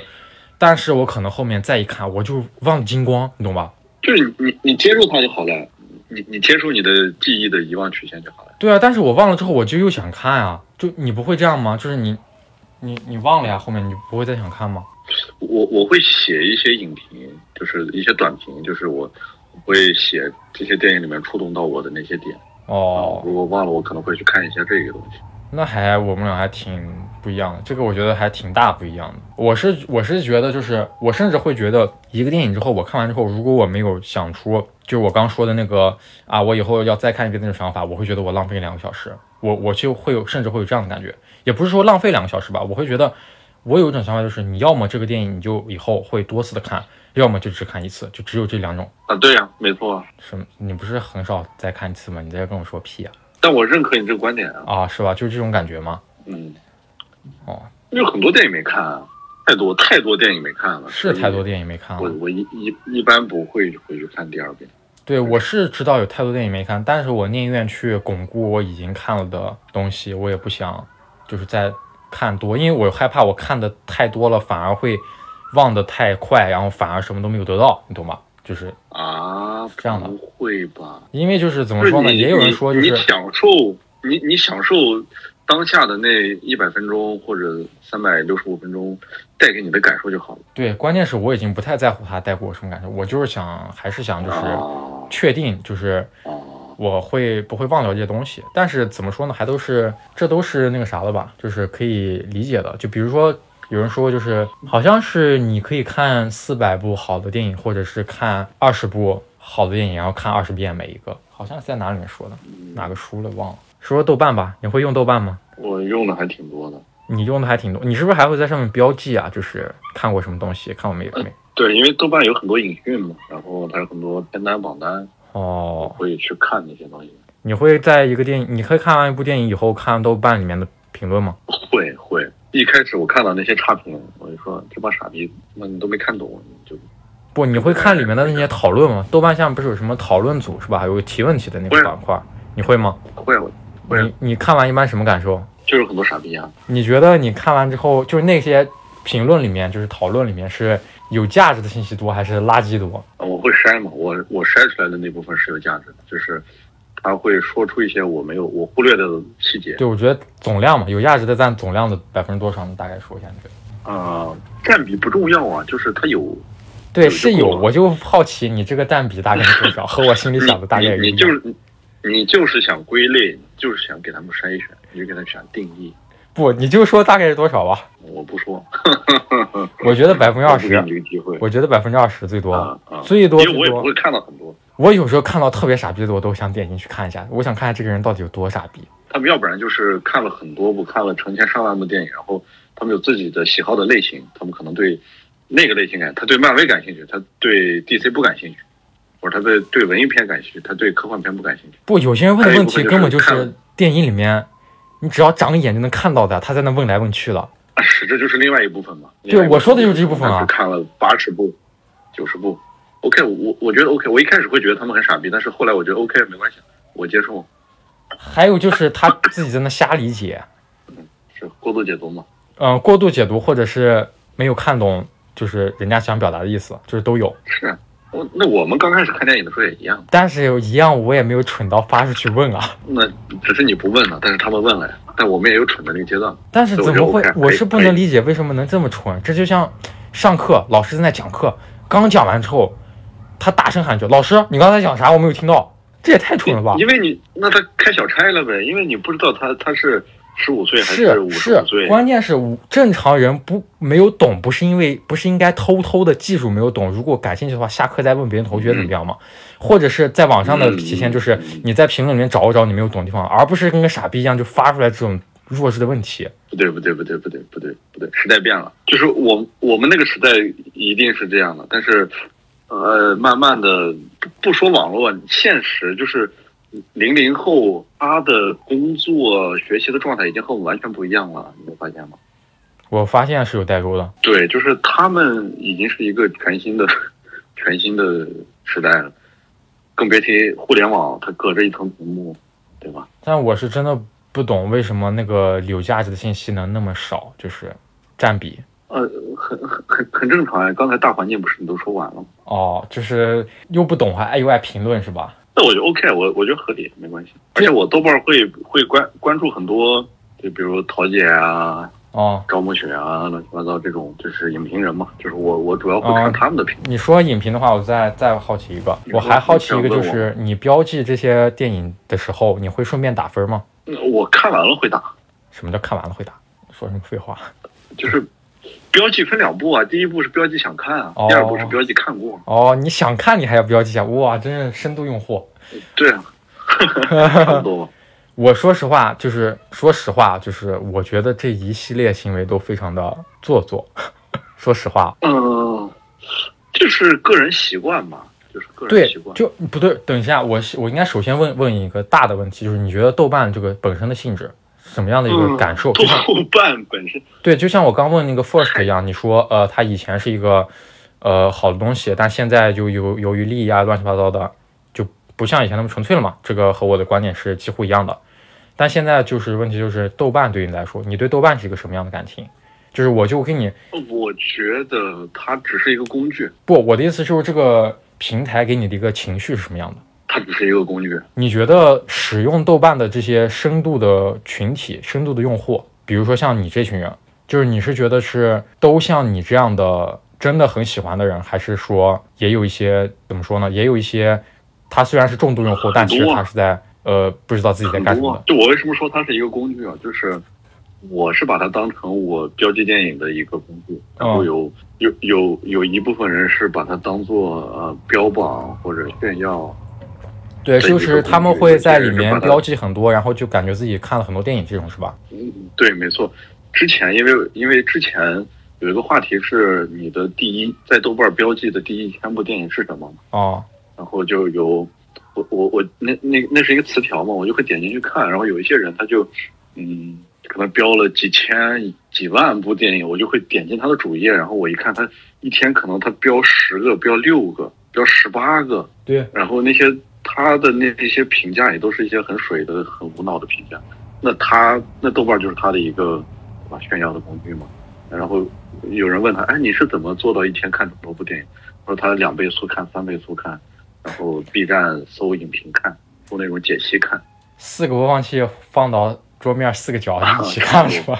但是我可能后面再一看，我就忘了精光，你懂吧？就是你你你接受它就好了，你你接受你的记忆的遗忘曲线就好了。对啊，但是我忘了之后，我就又想看啊。就你不会这样吗？就是你，你你忘了呀，后面你不会再想看吗？我我会写一些影评，就是一些短评，就是我我会写这些电影里面触动到我的那些点。哦，如果忘了，我可能会去看一下这个东西。那还我们俩还挺不一样的，这个我觉得还挺大不一样的。我是我是觉得就是我甚至会觉得一个电影之后，我看完之后，如果我没有想出就是我刚说的那个啊，我以后要再看一遍那种想法，我会觉得我浪费了两个小时，我我就会有甚至会有这样的感觉，也不是说浪费两个小时吧，我会觉得我有一种想法就是你要么这个电影你就以后会多次的看，要么就只看一次，就只有这两种。啊，对呀、没错啊。什么？你不是很少再看一次吗？你在跟我说屁啊？但我认可你这个观点啊，啊，是吧？就是这种感觉吗？嗯，哦，因为很多电影没看啊，太多太多电影没看了，是所以太多电影啊没看了。我我一一一般不会回去看第二遍。对，我是知道有太多电影没看，但是我宁愿去巩固我已经看了的东西，我也不想就是再看多，因为我害怕我看的太多了，反而会忘得太快，然后反而什么都没有得到，你懂吧？就是啊，这样的不会吧？因为就是怎不么是说呢，你也有人说就你是你享受你你享受当下的那一百分钟或者三百六十五分钟带给你的感受就好了。对，关键是我已经不太在乎他带给我什么感受，我就是想，还是想就是啊确定，就是啊我会不会忘掉这些东西。但是怎么说呢，还都是这都是那个啥了吧，就是可以理解的。就比如说有人说，就是好像是你可以看四百部好的电影，或者是看二十部好的电影，然后看二十遍每一个，好像是在哪里面说的，哪个书了忘了。说说豆瓣吧，你会用豆瓣吗？我用的还挺多的。你用的还挺多，你是不是还会在上面标记啊？就是看过什么东西，看过没没？对，因为豆瓣有很多影讯嘛，然后它有很多片单榜单，哦，会去看那些东西。你会在一个电影，你会看完一部电影以后看豆瓣里面的评论吗？会会，一开始我看到那些差评，我就说这帮傻逼，那你都没看懂，你就不，你会看里面的那些讨嗯论吗？豆瓣下面不是有什么讨论组是吧？还有个提问题的那会个啊板块，你会吗？会啊，我会啊你你看完一般什么感受？就是很多傻逼啊。你觉得你看完之后，就是那些评论里面，就是讨论里面是有价值的信息多还是垃圾多？呃我会筛嘛，我我筛出来的那部分是有价值的，就是他会说出一些我没有我忽略的细节，对，我觉得总量嘛，有价值的占总量的百分之多少？你大概说一下，你觉得？啊、占比不重要啊，就是他有对，有是就有，够了我就好奇你这个占比大概是多少，和我心里你想的大概有你一你个就样是你就是想归类，就是想给他们筛选，你就给他们想定义。不，你就说大概是多少吧。我不说， 我觉得百分之我二不给你十，这个机会我觉得百分之二十最多，啊啊！最多因为我最也不多会。看到很多，我有时候看到特别傻逼的，我都想点进去看一下，我想看看这个人到底有多傻逼。他们要不然就是看了很多部，看了成千上万部电影，然后他们有自己的喜好的类型，他们可能对那个类型感，他对漫威感兴趣，他对 DC 不感兴趣，或者他对对文艺片感兴趣，他对科幻片不感兴趣。不，有些人问的问还题有一部分根本就就是是电影里面，你只要长个眼就能看到的，他在那问来问去的。啊，是，这就是另外一部分嘛。对我说的就是这部分啊我看了八十部、九十部，OK，我我觉得 OK，我一开始会觉得他们很傻逼，但是后来我觉得 OK 没关系，我接受还有就是他自己在那瞎理解，是过度解读嘛。嗯、过度解读或者是没有看懂，就是人家想表达的意思，就是都有。是啊，我那我们刚开始看电影的时候也一样，但是有一样我也没有蠢到发出去问啊。那只是你不问了，但是他们问了呀。但我们也有蠢的那个阶段。但是怎么会我觉得？OK，我是不能可以理解为什么能这么蠢。这就像上课，老师正在讲课，刚讲完之后，他大声喊一句：“老师，你刚才讲啥？我没有听到。”这也太蠢了吧！因为你那他开小差了呗，因为你不知道他他是十五岁还是五十是五岁，，关键是我正常人不没有懂，不是因为不是应该偷偷的技术没有懂。如果感兴趣的话，下课再问别人同学怎么样嘛，或者是在网上的嗯体现就是嗯你在评论里面找一找你没有懂的地方，而不是跟个傻逼一样就发出来这种弱智的问题。不对不对不对不对不对不对，时代变了，就是我我们那个时代一定是这样的，但是呃，慢慢的不不说网络，现实就是零零后他的工作学习的状态已经和我们完全不一样了，你没发现吗？我发现是有代沟的。对，就是他们已经是一个全新的、全新的时代了，更别提互联网，它隔着一层屏幕，对吧？但我是真的不懂为什么那个有价值的信息能那么少，就是占比呃，很很很很正常呀、啊刚才大环境不是你都说完了吗？哦，就是又不懂还爱又爱评论是吧？那我觉得 OK，我我觉得合理，没关系。而且我豆瓣会会关关注很多，就比如桃姐啊、哦，赵梦雪啊，乱七八糟这种，就是影评人嘛。就是我我主要会啊看他们的评论。你说影评的话，我再再好奇一个，你我说还好奇一个你想就问我是你标记这些电影的时候，你会顺便打分吗？我看完了会打，什么叫看完了会打？说什么废话？就是标记分两步啊，第一步是标记想看啊哦，第二步是标记看过。哦，你想看你还要标记一下，哇，真是深度用户。对啊，差不多吧。我说实话，就是说实话，就是我觉得这一系列行为都非常的做作。 说实话， 嗯，就是个人习惯吧，就是个人对习，惯。就不对。等一下，我是我应该首先问问一个大的问题，就是你觉得豆瓣这个本身的性质什么样的一个感受？嗯豆就像瓣本身对，就像我刚问那个 first 一样，你说呃，它以前是一个呃好的东西，但现在就由由于利益啊乱七八糟的，就不像以前那么纯粹了嘛。这个和我的观点是几乎一样的。但现在就是问题就是豆瓣对你来说，你对豆瓣是一个什么样的感情？就是我就跟你我觉得它只是一个工具，不，我的意思就是这个平台给你的一个情绪是什么样的？它它只是一个工具。你觉得使用豆瓣的这些深度的群体、深度的用户，比如说像你这群人，就是你是觉得是都像你这样的真的很喜欢的人，还是说也有一些怎么说呢？也有一些他虽然是重度用户，但其实他是在呃不知道自己在啊很干什多么啊的。就我为什么说它是一个工具啊？就是我是把它当成我标记电影的一个工具，哦然后有、有有有一部分人是把它当做呃标榜或者炫耀。对，对就是他们会在里面有些人是把它标记很多，然后就感觉自己看了很多电影这种是吧？嗯，对，没错。之前因为因为之前有一个话题是你的第一在豆瓣标记的第一千部电影是什么嘛，哦，然后就有我我我那那那是一个词条嘛，我就会点进去看，然后有一些人他就嗯可能标了几千几万部电影，我就会点进他的主页，然后我一看他一天可能他标十个、标六个、标十八个，对，然后那些他的那那些评价也都是一些很水的、很无脑的评价。那他那豆瓣就是他的一个对吧炫耀的工具嘛。然后有人问他，哎，你是怎么做到一天看这么多部电影？他说他两倍速看、三倍速看，然后 B 站搜影评看，搜那种解析看。四个播放器放到桌面四个角一 起看是吧？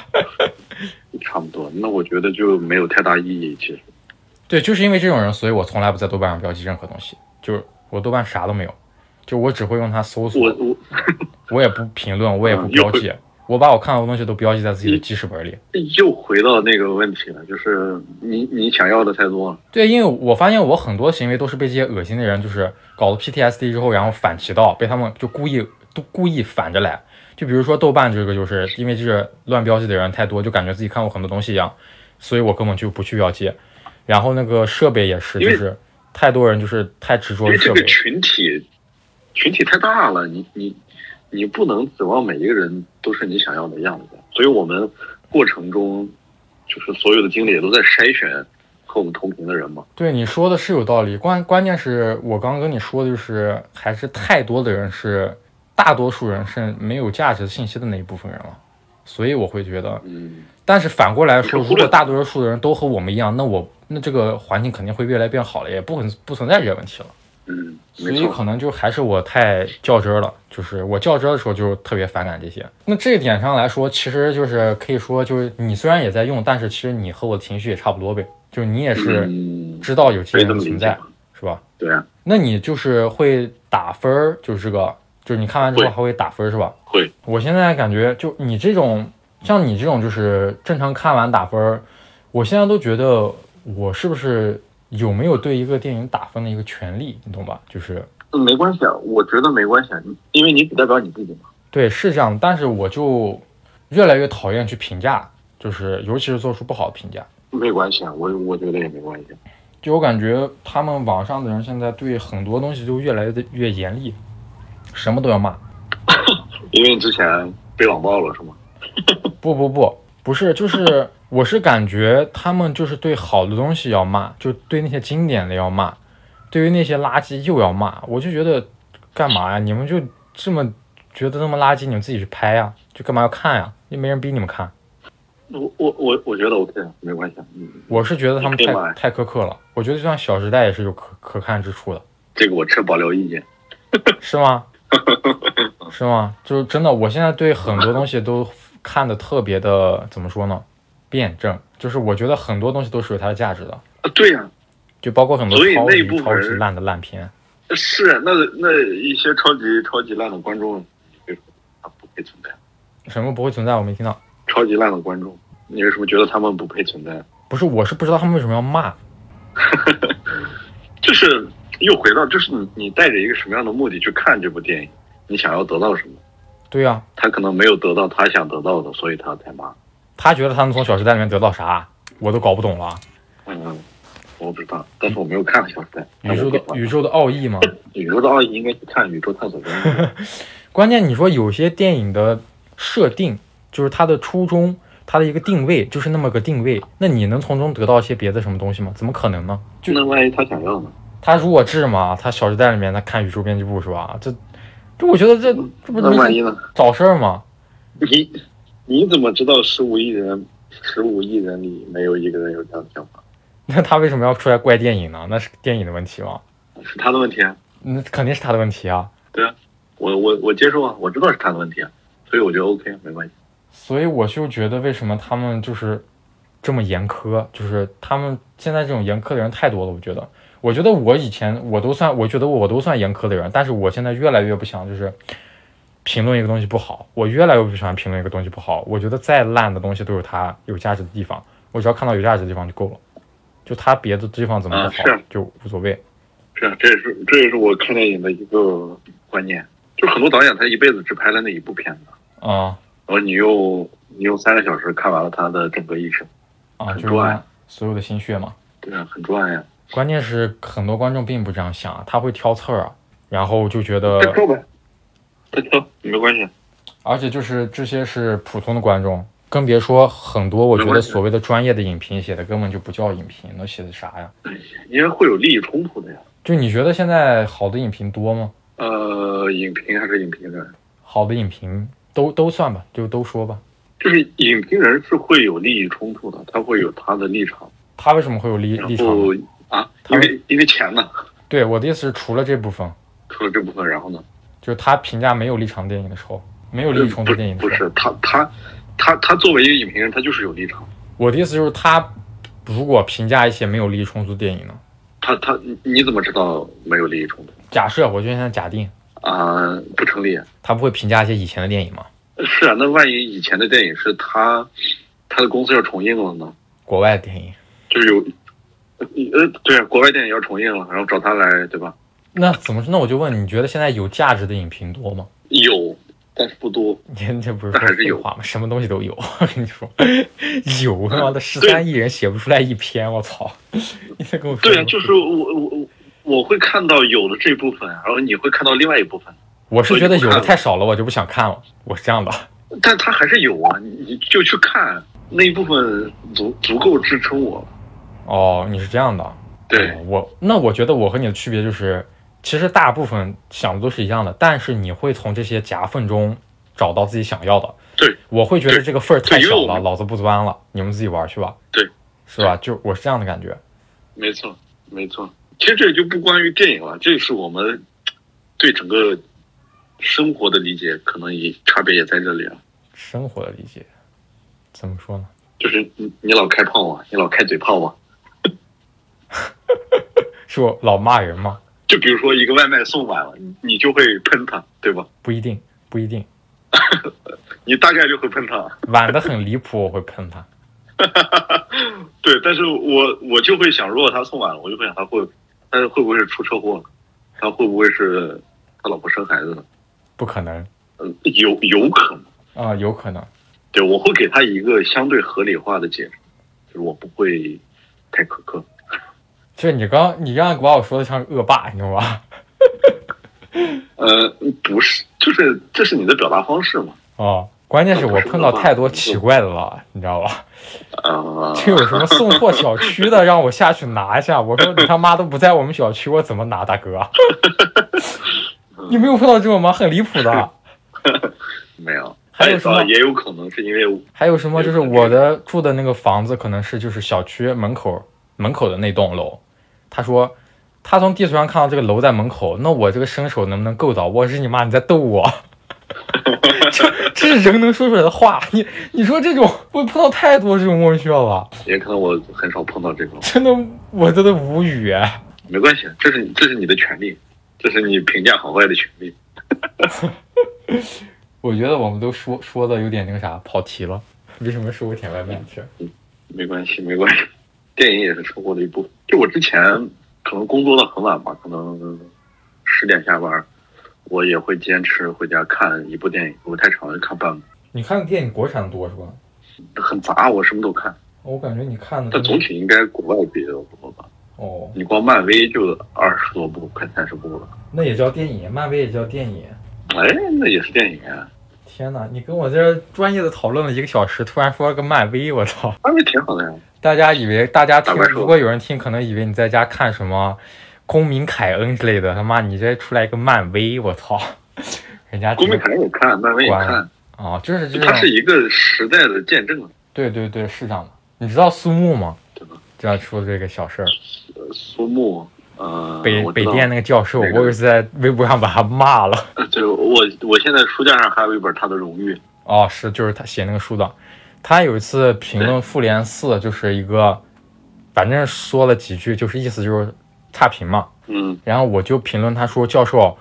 差不多，那我觉得就没有太大意义。其实，对，就是因为这种人，所以我从来不在豆瓣上标记任何东西，就是我豆瓣啥都没有，就我只会用它搜索，我我我也不评论，我也不嗯又嗯标记，我把我看到的东西都标记在自己的记事本里。又回到那个问题了，就是你你想要的太多了。对，因为我发现我很多行为都是被这些恶心的人，就是搞了 PTSD 之后，然后反其道，被他们就故意都故意反着来。就比如说豆瓣这个，就是因为这个乱标记的人太多，就感觉自己看过很多东西一样，所以我根本就不去标记。然后那个设备也是，因就为是太多人就是太执着因于为这设个备。群体群体太大了，你你你不能指望每一个人都是你想要的样子。所以我们过程中，就是所有的经理也都在筛选和我们同频的人嘛。对你说的是有道理，关关键是我刚跟你说的就是，还是太多的人是，大多数人是没有价值信息的那一部分人了，所以我会觉得，嗯，但是反过来说，你是如忽略果大多数的人都和我们一样，那我那这个环境肯定会越来越变好了，也不存不存在这些问题了。嗯，所没以可错。能就还是我太较真儿了，就是我较真儿的时候就特别反感这些。那这一点上来说，其实就是可以说，就是你虽然也在用，但是其实你和我的情绪也差不多呗，就是你也是嗯，知道有这可以些这人么理存解在，吧。是吧？对啊，那你就是会打分儿，就是这个，就是你看完之后会还会打分儿是吧？会。我现在感觉就你这种，像你这种就是正常看完打分儿，我现在都觉得我是不是有没有对一个电影打分的一个权利，你懂吧？就是嗯没关系啊，我觉得没关系啊，因为你只代表你自己嘛。对是这样，但是我就越来越讨厌去评价，就是尤其是做出不好的评价。没关系啊，我我觉得也没关系。就我感觉他们网上的人现在对很多东西就越来越越严厉，什么都要骂。因为你之前被网暴了是吗？不不不，不 是，就是我是感觉他们就是对好的东西要骂，就对那些经典的要骂，对于那些垃圾又要骂，我就觉得干嘛呀？你们就这么觉得那么垃圾，你们自己去拍呀，就干嘛要看呀？又没人逼你们看。我我我我觉得 OK，啊，没关系啊。嗯，我是觉得他们你可以太骂太苛刻了，我觉得就像《小时代》也是有可可看之处的，这个我持保留意见。是 吗？是吗？就是真的，我现在对很多东西都看的特别的怎么说呢？辩证，就是我觉得很多东西都是有它的价值的。啊，对呀、就包括很多所以超内级部超级门烂的烂片。是那那一些超级超级烂的观众，他不配存在。什么不会存在？我没听到。超级烂的观众，你为什么觉得他们不配存在？不是，我是不知道他们为什么要骂。就是又回到，就是你你带着一个什么样的目的去看这部电影，你想要得到什么？对啊呀、他可能没有得到他想得到的，所以他才骂。他觉得他能从《小时代》里面得到啥，我都搞不懂了。嗯，我不知道，但是我没有看《小时代》，宇宙的宇宇宙的奥义嘛。宇宙的奥义应该去看《宇宙探索任务》。关键你说有些电影的设定，就是它的初衷，它的一个定位就是那么个定位，那你能从中得到一些别的什么东西吗？怎么可能呢？ 就那万一他想要呢？他弱智嘛，他《小时代》里面他看宇宙编辑部是吧？这这我觉得这这不那万一是呢？找事儿吗？你你怎么知道十五亿人十五亿人里没有一个人有这样的想法？那他为什么要出来怪电影呢？那是电影的问题吗？是他的问题啊。那肯定是他的问题啊。我我我接受啊，我知道是他的问题啊，所以我觉得 OK 没关系。所以我就觉得为什么他们就是这么严苛，就是他们现在这种严苛的人太多了。我觉得，我觉得我以前我都算，我觉得我都算严苛的人，但是我现在越来越不想就是评论一个东西不好，我越来越不喜欢评论一个东西不好。我觉得再烂的东西都有它有价值的地方，我只要看到有价值的地方就够了，就它别的地方怎么不好、啊是就无所谓。是啊，这也是这也是我看电影的一个观念，就很多导演他一辈子只拍了那一部片子，啊然后你又你用三个小时看完了他的整个一生，啊，很就是重要他所有的心血嘛。对啊，很赚呀。关键是很多观众并不这样想，他会挑刺儿啊，然后就觉得再挑呗，再挑没关系。而且就是这些是普通的观众，更别说很多我觉没得关系所谓的专业的影评写的根本就不叫影评，那写的啥呀？因为会有利益冲突的呀。就你觉得现在好的影评多吗？呃，影评还是影评人，好的影评都都算吧，就都说吧。就是影评人是会有利益冲突的，他会有他的立场，他为什么会有立然立场呢？后啊，他因为因为钱呢，对我的意思是，除了这部分，除了这部分，然后呢，呃就是他评价没有立场电影的时候，没有利益冲突电影的时不候，不是他他他他作为一个影评人，他就是有立场，我的意思就是他如果评价一些没有利益冲突的电影呢？他他你你怎么知道没有利益冲突假设我就现在假定啊、不成立。他不会评价一些以前的电影吗？是啊，那万一以前的电影是他他的公司要重映了呢？国外的电影，就是有呃对啊，国外电影要重映了，然后找他来，对吧？那怎么说？那我就问，你觉得现在有价值的影评多吗？ 有，但是不多。你这不是那还说是废有话吗？什么东西都有， 我跟你说，有他妈的十三亿人写不出来一篇，我操！你在跟我说对什啊，么就是我我我我会看到有的这部分，然后你会看到另外一部分，我是觉得我就有不看的了太少了，我就不想看了，我是这样的。但它还是有啊，你你就去看那一部分足足够支撑我了。哦，你是这样的，对哦我，那我觉得我和你的区别就是，其实大部分想的都是一样的，但是你会从这些夹缝中找到自己想要的。对，我会觉得这个份儿太对因为少我了，们老子不钻了，你们自己玩去吧。对，是吧？就我是这样的感觉。没错，没错。其实这就不关于电影了，这是我们对整个生活的理解，可能也差别也在这里了。生活的理解，怎么说呢？就是你你老开炮啊，你老开嘴炮啊。是我老骂人吗？就比如说一个外卖送晚了，你就会喷他，对吧？不一定，不一定，你大概就会喷他。晚的很离谱，我会喷他。对，但是我我就会想，如果他送晚了，我就会想他会，他会不会是出车祸了？他会不会是他老婆生孩子了？不可能嗯，有有可能。啊、有可能。对，我会给他一个相对合理化的解释，就是我不会太苛刻。就是你刚你刚刚把我说的像恶霸，你知道吧？呃，不是，就是这是你的表达方式嘛？哦，关键是嗯我碰到太多奇怪的了，你知道吧？ 啊、就有什么送货小区的让我下去拿一下，我说你他妈都不在我们小区，我怎么拿，大哥？啊 你没有碰到这种吗？很离谱的。没有。还有什么哎也有可能是因为还有什么？就是我的住的那个房子，可能是就是小区门口门口的那栋楼。他说，他从地图上看到这个楼在门口，那我这个伸手能不能够到？我日你妈，你在逗我！ 这这是人能说出来的话？你你说这种，我碰到太多这种莫名其妙了，也可能我很少碰到这种，真的我真的无语。啊没关系，这是你这是你的权利，这是你评价好坏的权利。我觉得我们都说说的有点那个啥跑题了，为什么说我点外卖的事儿？没关系，没关系，电影也是生活的一部分。就我之前可能工作到很晚吧，可能十点下班，我也会坚持回家看一部电影，如果太长了就看半部，你看的电影国产多是吧？很杂，我什么都看。我感觉你看的但跟总体应该国外比较多吧？哦，你光漫威就二十多部，快三十部了。那也叫电影，漫威也叫电影。哎，那也是电影啊，天哪，你跟我这专业的讨论了一个小时，突然说个漫威，我操！漫威挺好的呀。大家以为大家听，打怪兽如果有人听，可能以为你在家看什么《公民凯恩》之类的，他妈你这出来一个漫威，我操！人家公民凯恩也看，漫威也关看，啊，就是这它是种，一个时代的见证。对对对，是这样的。你知道苏木吗对吧？这样出这个小事儿，呃苏木，呃，北我北知道电那个教授，那个我也是在微博上把他骂了。 对我我现在书架上还有一本他的荣誉，哦，是，就是他写那个书的，他有一次评论《复联四》，就是一个，反正说了几句，就是意思就是差评嘛。嗯然后我就评论他说：“教授，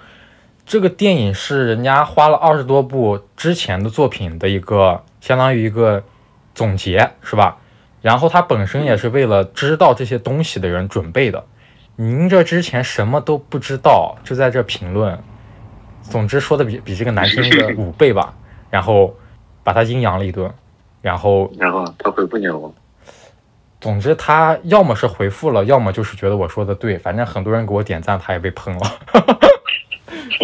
这个电影是人家花了二十多部之前的作品的一个，相当于一个总结，是吧？然后他本身也是为了知道这些东西的人准备的。您这之前什么都不知道，就在这评论，总之说的比比这个难听个五倍吧。然后把他阴阳了一顿，然后然后他回复你了吗？总之他要么是回复了，要么就是觉得我说的对，反正很多人给我点赞，他也被喷了。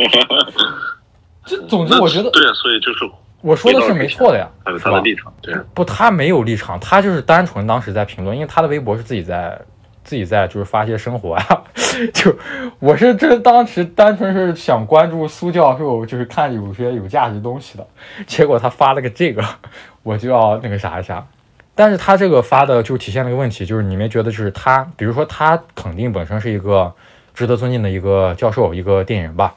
这总之那我觉得对啊，所以就是我说的是没错的呀，还有是他的吧？立场，对啊，不，他没有立场，他就是单纯当时在评论，因为他的微博是自己在自己在就是发一些生活啊， 就我是真当时单纯是想关注苏教授，就是看有些有价值东西的，结果他发了个这个， 我就要那个啥一下。但是他这个发的就体现了一个问题，就是你没觉得就是他，比如说他肯定本身是一个值得尊敬的一个教授，一个电影人吧，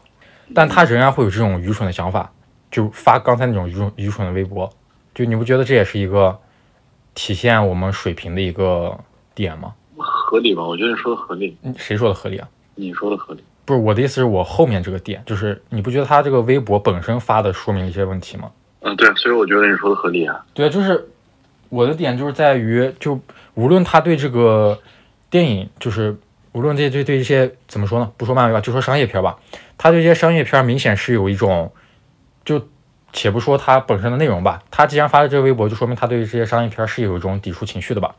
但他仍然会有这种愚蠢的想法，就发刚才那种愚蠢愚蠢的微博，就你不觉得这也是一个体现我们水平的一个点吗？合理吧？我觉得你说的合理，嗯谁说的合理啊？你说的合理。不是我的意思是我后面这个点，就是你不觉得他这个微博本身发的说明了一些问题吗？嗯，对啊，所以我觉得你说的合理啊。对，就是我的点就是在于，就无论他对这个电影，就是无论这对对一些怎么说呢，不说漫威吧，就说商业片吧，他对这些商业片明显是有一种，就且不说他本身的内容吧，他既然发了这个微博，就说明他对这些商业片是有一种抵触情绪的吧。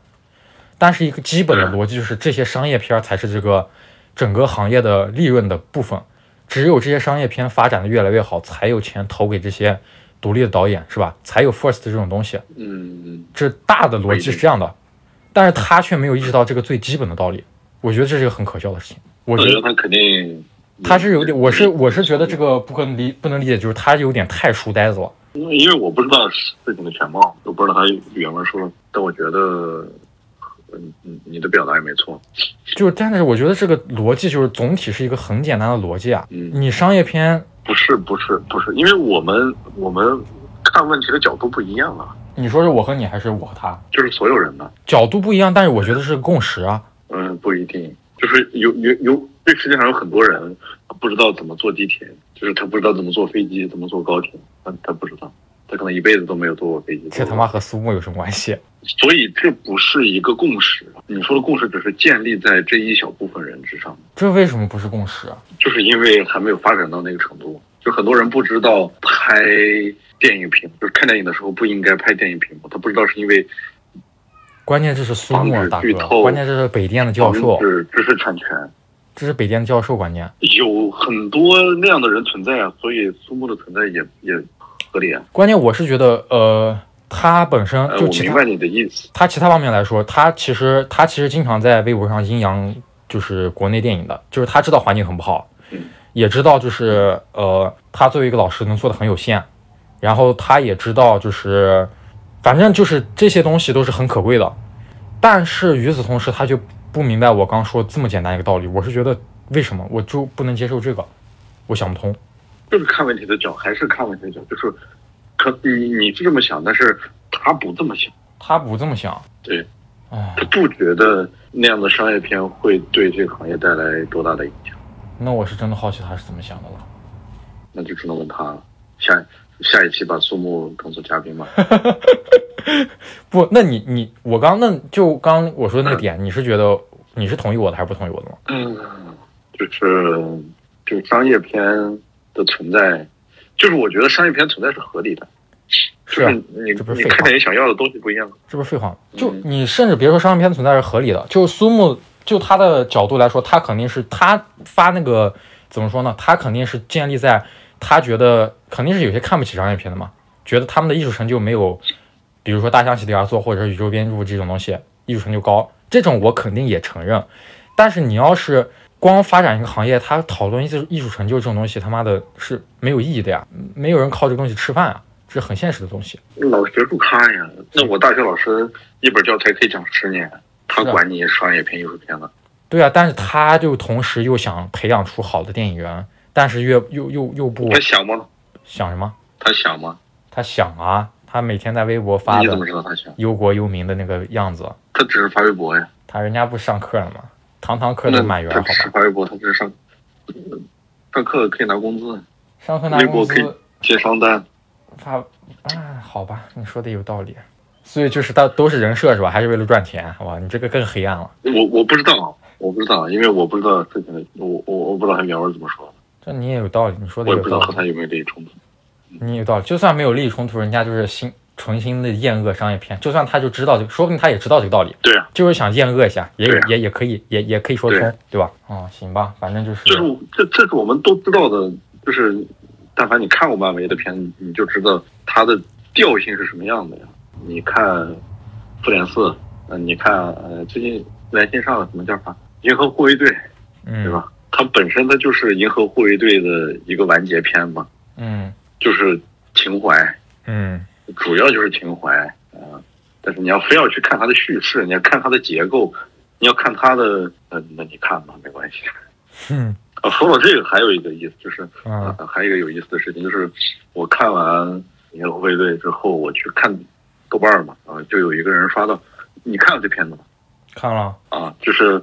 但是一个基本的逻辑就是，这些商业片才是这个整个行业的利润的部分。只有这些商业片发展的越来越好，才有钱投给这些独立的导演，是吧？才有 first 这种东西。嗯，这大的逻辑是这样的，但是他却没有意识到这个最基本的道理。我觉得这是一个很可笑的事情。我我觉觉得得他肯定嗯他是有点，我是我是觉得这个不可理不能理解，就是他有点太书呆子了。因为我不知道事情的全貌，我不知道他原文说，但我觉得，嗯，嗯你的表达也没错。就是，但是我觉得这个逻辑就是总体是一个很简单的逻辑啊。嗯你商业片，不是，不是，不是，因为我们我们看问题的角度不一样啊，你说是我和你还是我和他？就是所有人呢，角度不一样，但是我觉得是个共识啊。嗯，不一定，就是有有有，这世界上有很多人他不知道怎么坐地铁，就是他不知道怎么坐飞机，怎么坐高铁，他他不知道，他可能一辈子都没有坐过飞机。这他妈和苏木有什么关系？所以这不是一个共识。你说的共识只是建立在这一小部分人之上，这为什么不是共识啊？就是因为还没有发展到那个程度。就很多人不知道拍电影屏，就是看电影的时候不应该拍电影屏幕，他不知道是因为关键这是苏木啊，大防止哥剧透，关键这是北电的教授防，止知识产权这是北电的教授，关键有很多那样的人存在啊，所以苏木的存在也也合理啊。关键我是觉得，呃，他本身呃，就我其明他白你的意思。他其他方面来说，他其实他其实经常在微博上阴阳，就是国内电影的，就是他知道环境很不好，嗯也知道就是呃，他作为一个老师能做的很有限，然后他也知道就是，反正就是这些东西都是很可贵的，但是与此同时，他就不明白我刚说这么简单一个道理，我是觉得为什么我就不能接受这个，我想不通。就是看问题的角，还是看问题的角，就是可你你是这么想，但是他不这么想，他不这么想，对啊，他不觉得那样的商业片会对这个行业带来多大的影响，那我是真的好奇他是怎么想的了。那就只能问他了下下一期把苏木当做嘉宾 吧。不，那你你我刚那就刚我说的那个点，你是觉得你是同意我的还是不同意我的吗？嗯，就是就是商业片的存在，就是我觉得商业片存在是合理的，是就啊是你这不是你废看话电影想要的东西不一样。这不是废话吗？就嗯你甚至别说商业片存在是合理的，就苏木就他的角度来说，他肯定是他发那个怎么说呢？他肯定是建立在他觉得肯定是有些看不起商业片的嘛，觉得他们的艺术成就没有，比如说《大象席地而坐》或者是《宇宙编著》这种东西艺术成就高，这种我肯定也承认。但是你要是光发展一个行业，他讨论艺术艺术成就这种东西，他妈的是没有意义的呀，没有人靠这个东西吃饭啊，这是很现实的东西。老学术咖呀，那我大学老师一本教材可以讲十年，他是啊管你商业片、艺术片了。对啊，但是他就同时又想培养出好的电影人，但是又又又又不他想吗？想什么？他想吗？他想啊，他每天在微博发你怎么的知道他想？忧国忧民的那个样子，他只是发微博呀，他人家不上课了吗？堂堂课那都满员，他啊好只是吧？发微博，他只是上上课可以拿工资，上课拿微工博可以资接商单。发啊，好吧，你说的有道理。所以就是他都是人设是吧？还是为了赚钱？哇，你这个更黑暗了。我我不知道，我不知道，因为我不知道事情的，我我我不知道他原文怎么说，这你也有道理，你说的我也有不知道道和理，他有没有利益冲突。你有道理。就算没有利益冲突，人家就是心存心的厌恶商业片，就算他就知道这个，说不定他也知道这个道理，对啊，就是想厌恶一下，也有对啊也也可以，也也可以说得对通，对吧？哦，行吧，反正就是这是我这这是我们都知道的，就是但凡你看过漫威的片，子，你就知道它的调性是什么样的呀。你看《复联四》，嗯，你看呃最近来新上的什么叫啥《银河护卫队》，对嗯吧？它本身它就是《银河护卫队》的一个完结篇嘛，嗯就是情怀，嗯主要就是情怀啊、呃但是你要非要去看它的叙事，你要看它的结构，你要看它的，呃，那你看吧，没关系。 嗯啊，说到这个，还有一个意思就是，嗯呃还有一个有意思的事情就是，我看完《银河护卫队》之后，我去看豆瓣儿嘛，啊，就有一个人刷到，你看了这片子吗？看了啊，就是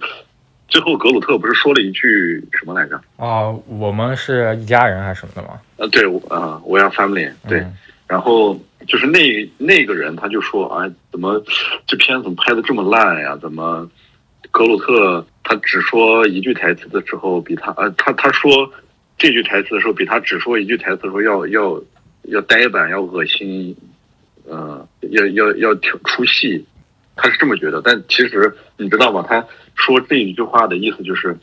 最后格鲁特不是说了一句什么来着？哦，我们是一家人还是什么的吗？啊，对，我啊，我要 family，对，嗯然后就是那那个人他就说啊，怎么这片子怎么拍的这么烂呀？怎么格鲁特他只说一句台词的时候，比他呃他他说这句台词的时候，比他只说一句台词的时候要要要呆板，要恶心，呃，要要要挺出戏。他是这么觉得，但其实你知道吗？他说这一句话的意思就是，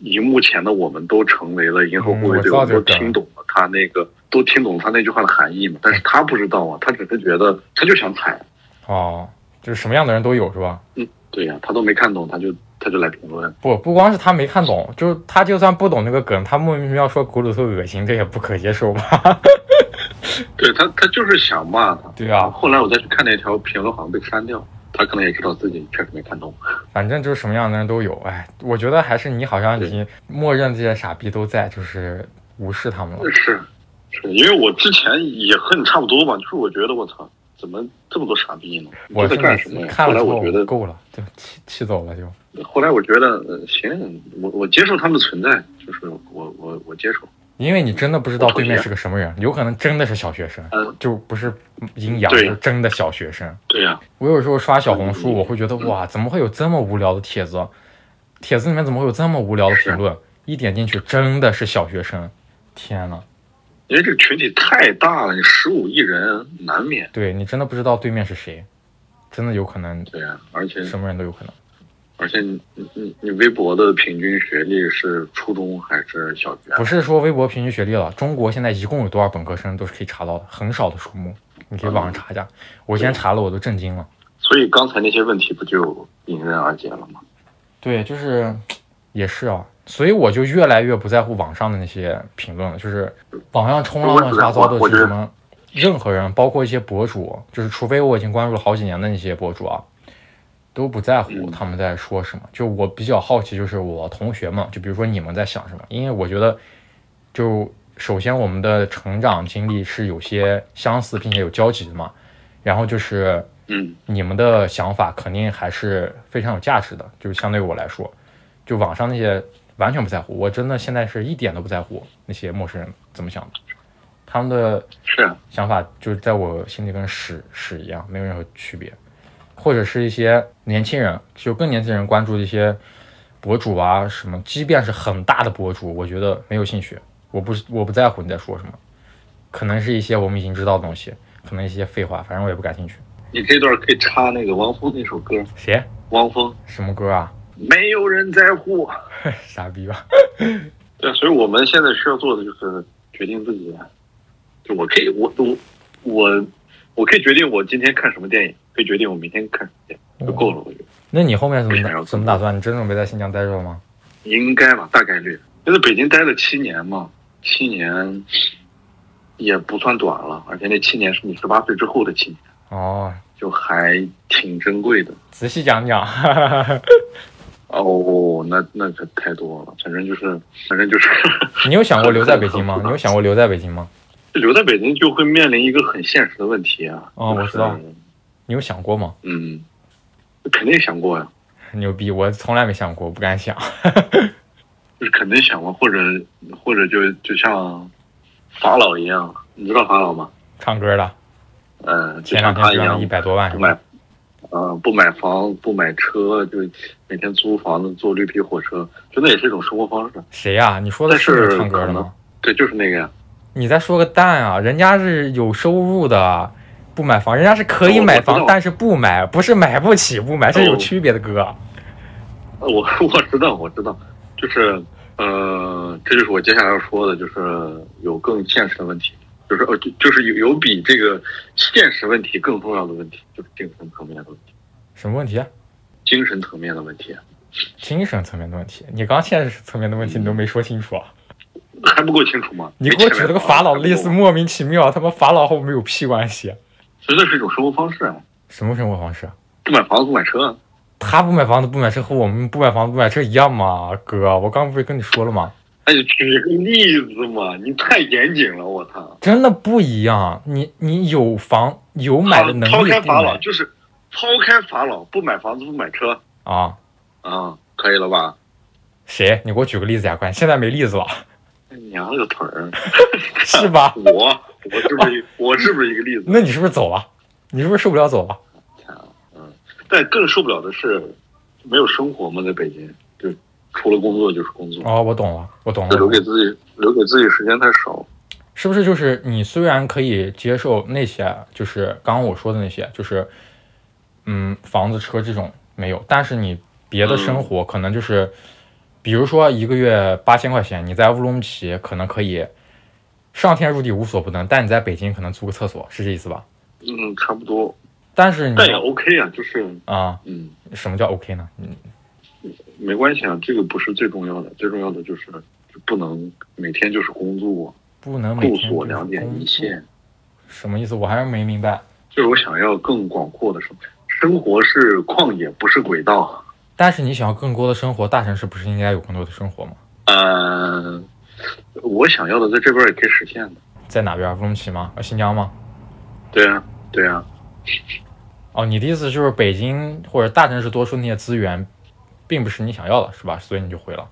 荧幕前的我们都成为了银河护卫队，嗯我我知道们这都个听懂了他那个，都听懂他那句话的含义嘛。但是嗯他不知道啊，他只是觉得他就想踩。哦，就是什么样的人都有是吧？对呀、他都没看懂，他就他就来评论。不，不光是他没看懂，就是他就算不懂那个梗，他莫名其妙说古鲁特恶心，这也不可接受吧？ 对他，他就是想骂他。对啊，后来我再去看那条评论，好像被删掉。他可能也知道自己确实没看懂。反正就是什么样的人都有。哎，我觉得还是你好像已经默认这些傻逼都在，就是无视他们了。是，是因为我之前也和你差不多吧，就是我觉得我操，怎么这么多傻逼呢？你我在是干什么呀？看后了来之我觉后得，够了，就气气走了就。后来我觉得，呃行，我我接受他们的存在，就是我我我接受。因为你真的不知道我同对意面是个什么人，有可能真的是小学生，嗯就不是阴阳，对是真的小学生。对呀、我有时候刷小红书，嗯我会觉得哇，怎么会有这么无聊的帖子？帖子里面怎么会有这么无聊的评论？一点进去，真的是小学生。天呐，因为这个群体太大了，你十五亿人难免。对你真的不知道对面是谁，真的有可能对呀、啊而且什么人都有可能。而且你你你你微博的平均学历是初中还是小学啊？不是说微博平均学历了，中国现在一共有多少本科生都是可以查到的，很少的数目。你可以网上查一下，我今天查了，我都震惊了。所以刚才那些问题不就迎刃而解了吗？对，就是也是啊，所以我就越来越不在乎网上的那些评论了，就是网上冲浪乱七八糟的是什么，任何人，包括一些博主，就是除非我已经关注了好几年的那些博主啊，都不在乎嗯他们在说什么。就我比较好奇，就是我同学们，就比如说你们在想什么，因为我觉得就首先我们的成长经历是有些相似并且有交集的嘛，然后就是嗯，你们的想法肯定还是非常有价值的，就是相对于我来说，就网上那些完全不在乎，我真的现在是一点都不在乎那些陌生人怎么想的，他们的是啊，想法就是在我心里跟屎屎一样，没有任何区别，或者是一些年轻人，就更年轻人关注的一些博主啊什么，即便是很大的博主，我觉得没有兴趣，我不我不在乎你在说什么，可能是一些我们已经知道的东西，可能一些废话，反正我也不感兴趣。你这段可以插那个汪峰那首歌，谁？汪峰什么歌啊？没有人在乎。 傻逼吧？对，啊所以我们现在需要做的就是决定自己，啊就我可以，我我我我可以决定我今天看什么电影，可以决定我明天看什么电影，就够了，我觉得那你后面怎么没打有怎么打算？你真准备在新疆待着了吗？应该吧，大概率。因为在北京待了七年嘛，七年也不算短了，而且那七年是你十八岁之后的七年，哦，就还挺珍贵的。 仔细讲讲。哦，那那可太多了，反正就是，反正就是， 你有想过留在北京吗？你有想过留在北京吗？留在北京就会面临一个很现实的问题啊。哦就是我知道你有想过吗？嗯，肯定想过呀、牛逼，我从来没想过，不敢想。 就是肯定想过，或者或者就就像法老一样，你知道法老吗？唱歌的，嗯、就前像两他天一赚了样一，百多万不，买，呃，不买房，不买车，就每天租房子，坐绿皮火车，就那也是一种生活方式。谁呀、你说的但是那是个唱歌可的能吗？对，就是那个呀。你再说个蛋啊！人家是有收入的，不买房，人家是可以我买我知房道，哦但是不买，不是买不起不买，这是有区别的哥。呃我 我知道，我知道，就是呃，这就是我接下来要说的，就是有更现实的问题，就是呃，就就是有有比这个现实问题更重要的问题，就是精神层面的问题，什么问题啊？精神层面的问题精神层面的问题，你刚现实层面的问题你都没说清楚啊！还不够清楚吗？你给我举了个啊法老的例子，吗？莫名其妙，他妈法老和我们有屁关系？所以这是一种生活方式啊，什么生活方式？啊不买房子不买车，啊他不买房子不买车和我们不买房子不买车一样吗？哥，我刚不是跟你说了吗？那就哎举个例子嘛，你太严谨了，我操！真的不一样，你你有房有买的能啊抛力开不法老买就是抛开法老，不买房子不买车啊？啊，可以了吧？谁？你给我举个例子呀，快！现在没例子了，娘了个腿儿！是吧？ 我我是不是一我是不是一个例子？那你是不是走了？你是不是受不了走了？但更受不了的是没有生活嘛，在北京就除了工作就是工作，哦，我懂了，我懂就留给了。自己留给自己时间太少。是不是就是你虽然可以接受那些，就是刚刚我说的那些，就是嗯，房子、车这种没有，但是你别的生嗯活可能就是，比如说一个月八千块钱，你在乌鲁木齐可能可以上天入地无所不能，但你在北京可能租个厕所，是这意思吧？嗯，差不多，但是你但也 OK 啊，就是啊、嗯，什么叫 OK 呢？嗯，没关系啊，这个不是最重要的，最重要的就是就不能每天就是工作，不能每住天所就是两点工一作线，什么意思？我还是没明白。就是我想要更广阔的生活。生活是旷野，不是轨道。但是你想要更多的生活，大城市不是应该有更多的生活吗？呃，我想要的在这边也可以实现的。在哪边？乌鲁木齐吗？呃新疆吗？对啊，对啊，哦，你的意思就是北京或者大城市多数那些资源，并不是你想要的，是吧？所以你就回了。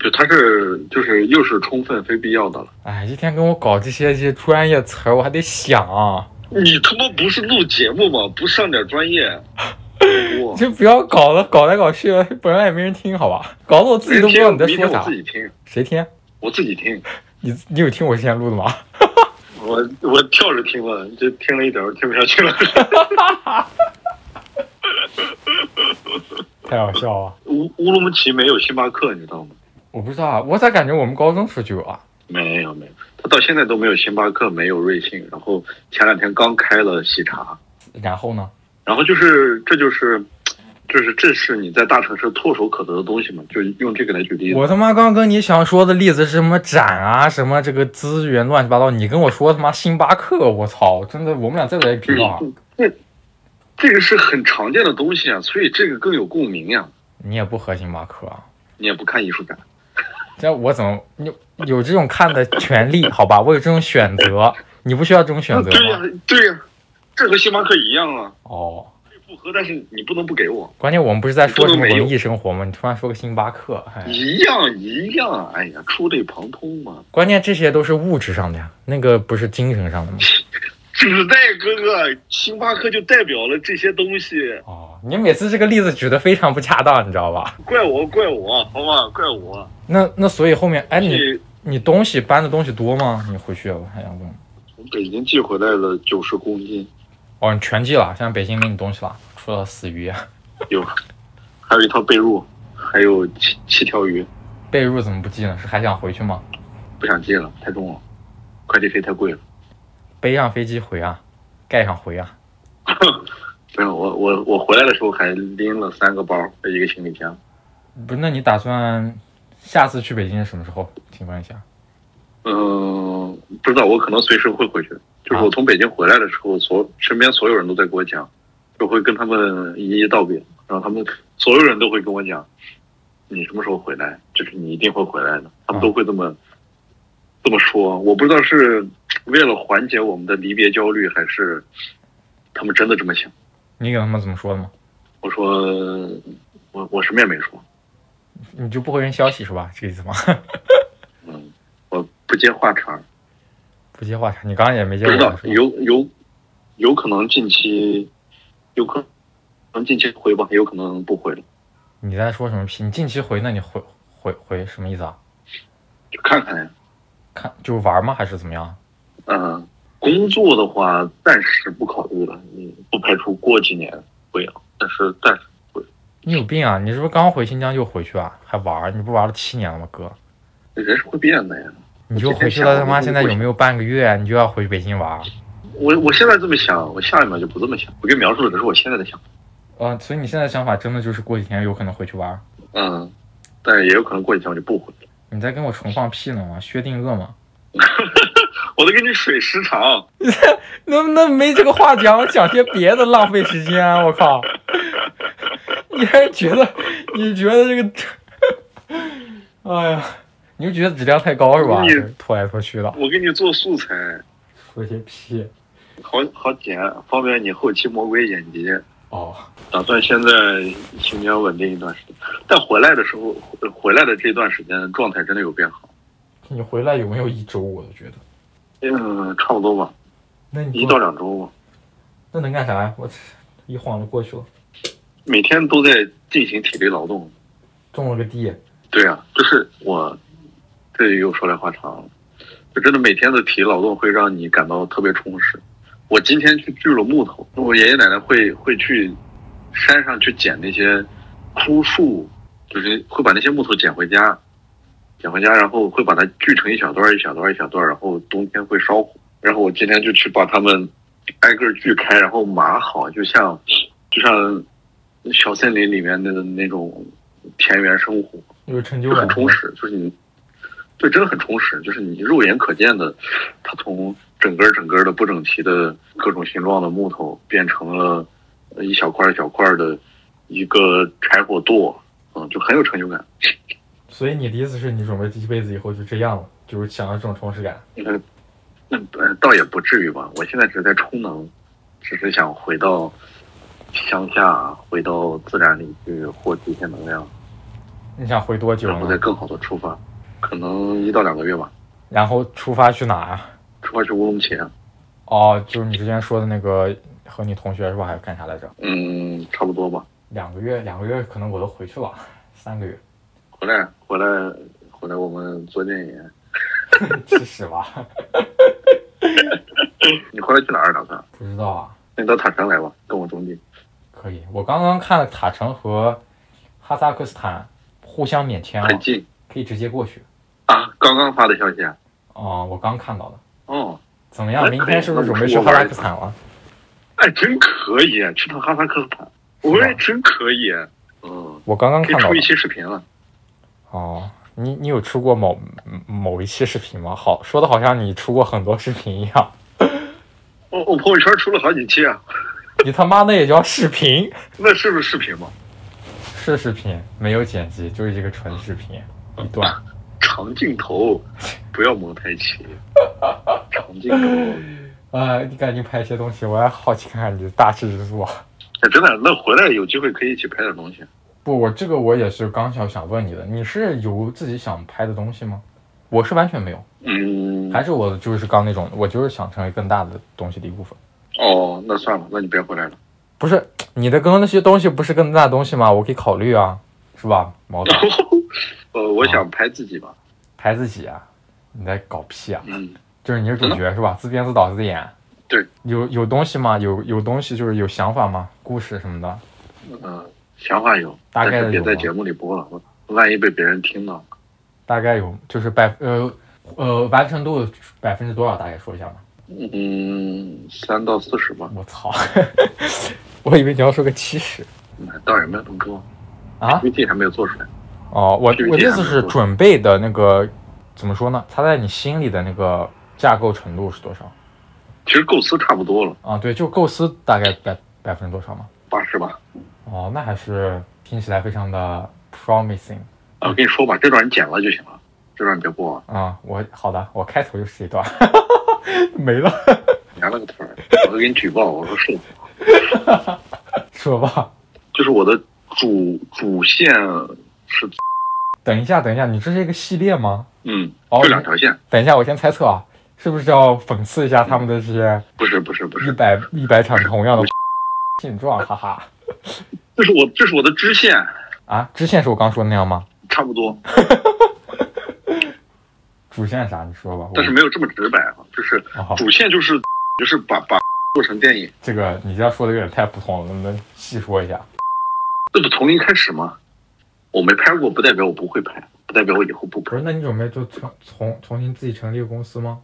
就它是就是又是充分非必要的了。哎，一天跟我搞这些这些专业词儿，我还得想啊，你他妈不是录节目吗？不上点专业， 我就不要搞了，搞来搞去，本来也没人听，好吧？搞得我自己都不知道你在明说天我啥自。己听，谁听？我自己听，你你有听我之前录的吗？ 我我跳着听了，就听了一点儿，听不下去了。 太好笑了，乌乌鲁木齐没有星巴克，你知道吗？我不知道啊，我咋感觉我们高中时候就有啊？没有没有，他到现在都没有星巴克，没有瑞幸，然后前两天刚开了喜茶，然后呢？然后就是这就是，就是这是你在大城市唾手可得的东西嘛，就用这个来举例子。我他妈刚跟你想说的例子是什么展啊，什么这个资源乱七八糟，你跟我说他妈星巴克，我操，真的，我们俩在不在频道啊？这这个是很常见的东西啊，所以这个更有共鸣呀、你也不喝星巴克啊？你也不看艺术展，这我怎么你有这种看的权利？好吧，我有这种选择，你不需要这种选择对呀、吗？对呀、这和星巴克一样啊，哦，可以不喝，但是你不能不给我，关键我们不是在说什么文艺生活吗？你突然说个星巴克，哎，一样一样，哎呀，触类旁通嘛。关键这些都是物质上的呀，那个不是精神上的吗？纸袋哥哥，星巴克就代表了这些东西，哦，你每次这个例子举得非常不恰当，你知道吧？怪我怪我，好吧，怪我。那那所以后面，哎，你这你东西搬的东西多吗？你回去我还想问。从北京寄回来了九十公斤，哦，你全寄了，现在北京没你东西了，除了死鱼、啊有，还有一套被褥，还有七七条鱼，被褥怎么不寄呢？是还想回去吗？不想寄了，太重了，快递费太贵了。背上飞机回啊，盖上回啊。没有，我我我回来的时候还拎了三个包，一个行李箱。不是，那你打算下次去北京是什么时候？请问一下。嗯，不知道，我可能随时会回去。就是我从北京回来的时候，所身边所有人都在给我讲，我会跟他们一一道别，然后他们所有人都会跟我讲，你什么时候回来？就是你一定会回来的。他们都会这么、这么说。我不知道是为了缓解我们的离别焦虑，还是他们真的这么想。你给他们怎么说的吗？我说，我我什么也没说，你就不回人消息是吧？这个意思吗？ 嗯，我不接话茬儿。不接话茬，你刚刚也没接不知道我，是吧有有有可能近期有可能近期回吧，也有可能不回了，你在说什么屁？你近期回那你回回回什么意思啊？就看看呀。看就是玩吗？还是怎么样？嗯、工作的话暂时不考虑了，嗯，不排除过几年会啊，但是暂时不会。你有病啊！你是不是刚回新疆就回去啊？还玩儿？你不玩了七年了吗，哥？人是会变的呀。你就回去了，他妈现在有没有半个月，啊你就要回北京玩儿？我我现在这么想，我下一秒就不这么想。我给你描述的只是我现在的想法，呃，所以你现在想法真的就是过几天有可能回去玩儿？嗯，但是也有可能过几天我就不回了。你在跟我重放屁呢吗？薛定谔吗？我都给你水时长，那那没这个话讲，我讲些别的，浪费时间、 啊。我靠！你还是觉得，你觉得这个， 哎呀，你就觉得质量太高是吧你？拖来拖去的，我给你做素材，回些屁好好剪，方便你后期魔鬼剪辑。哦，打算现在新疆稳定一段时间，但回来的时候，回回来的这段时间状态真的有变好。你回来有没有一周？我都觉得，嗯，差不多吧，那一你到两周吧，那能干啥呀？我一晃就过去了，每天都在进行体力劳动。种了个地，对啊，就是我，这又说来话长了，就真的每天的体力劳动会让你感到特别充实。我今天去锯了木头，我爷爷奶奶会会去山上去捡那些枯树，就是会把那些木头捡回家，捡回家，然后会把它锯成一小段儿一小段儿一小段儿，然后冬天会烧火。然后我今天就去把它们挨个儿锯开，然后码好，就像就像小森林里面的那种田园生活。有成就就很感。充实，就是你对，真的很充实，就是你肉眼可见的，它从整根儿整根儿的不整齐的各种形状的木头，变成了呃一小块儿一小块儿的一个柴火垛，嗯，就很有成就感。所以你的意思是你准备一辈子以后就这样了，就是想要这种充实感。那那呃倒也不至于吧，我现在只是在充能，只是想回到乡下，回到自然里去获取一些能量，你想回多久然后再呢？更好的出发，可能一到两个月吧，然后出发去哪儿啊？出发去乌鲁木齐啊，哦，就是你之前说的那个和你同学是吧？还是干啥来着？嗯，差不多吧。两个月，两个月可能我都回去了，三个月，回来，回来，回来，我们做电影。吃屎吧？你回来去哪儿打算？不知道啊，那你到塔山来吧，跟我种地。可以。我刚刚看了塔城和哈萨克斯坦互相免签了啊很，近可以直接过去。啊，刚刚发的消息啊。哦、我刚看到的。哦，怎么样？哎明天是不是准备去可以哈萨克斯坦了？哎，真可以，去趟哈萨克斯坦。我也真可以。嗯，我刚刚可以看到出一的。期视频了。哦，你你有出过某某一期视频吗？好，说的好像你出过很多视频一样。我我朋友圈出了好几期啊，你他妈那也叫视频？那是不是视频嘛？是视频，没有剪辑，就是一个纯视频，一段。长镜头，不要蒙太奇。长镜头。啊，你赶紧拍一些东西，我还好奇看看你的大制作。哎，真的，那回来有机会可以一起拍点东西。不，我这个我也是刚想想问你的，你是有自己想拍的东西吗？我是完全没有，嗯，还是我就是刚那种，我就是想成为更大的东西的一部分。哦，那算了，那你别回来了。不是你的刚那些东西不是更大的东西吗？我可以考虑啊，是吧？毛总，呃，我想拍自己吧。拍自己啊？你在搞屁啊？嗯。就是你是主角是吧？自编自导自演。对。有有东西吗？有有东西就是有想法吗？故事什么的？嗯，想法有，大但概是别有在吗节目里播了，万一被别人听到。大概有就是百呃呃完成度百分之多少？大概说一下吗？嗯，三到四十吧，我操！ 我以为你要说个七十嗯倒也没有那么多。啊！ ，PPT 还没有做出来。哦，我这个我的也意还思没是说准备的那个怎么说呢？它在你心里的那个架构程度是多少其实构思差不多了，啊？对，就构思大概百百分之多少嘛？八十吧。哦，那还是听起来非常的 promising。啊，我跟你说吧，这段你剪了就行了，这段你别播了，啊，我好的，我开头就是这一 段，没了，你还了个腿儿，我都给你举报，我说是，说吧。就是我的主主线是，等一下，等一下，你这是一个系列吗？嗯，哦就两条线，等一下，我先猜测啊，是不是要讽刺一下他们的这些不是不是不一是，百一百场同样的 现状？哈哈。这是我这是我的支线，啊，支线是我刚说的那样吗？差不多，主线啥？你说吧。我但是没有这么直白啊，就是哦主线就是就是把把做成电影，这个你这样说的有点太普通了，能不能细说一下？这不从零开始吗？我没拍过，不代表我不会拍，不代表我以后不不拍是，。那你准备就重重重新自己成立个公司吗？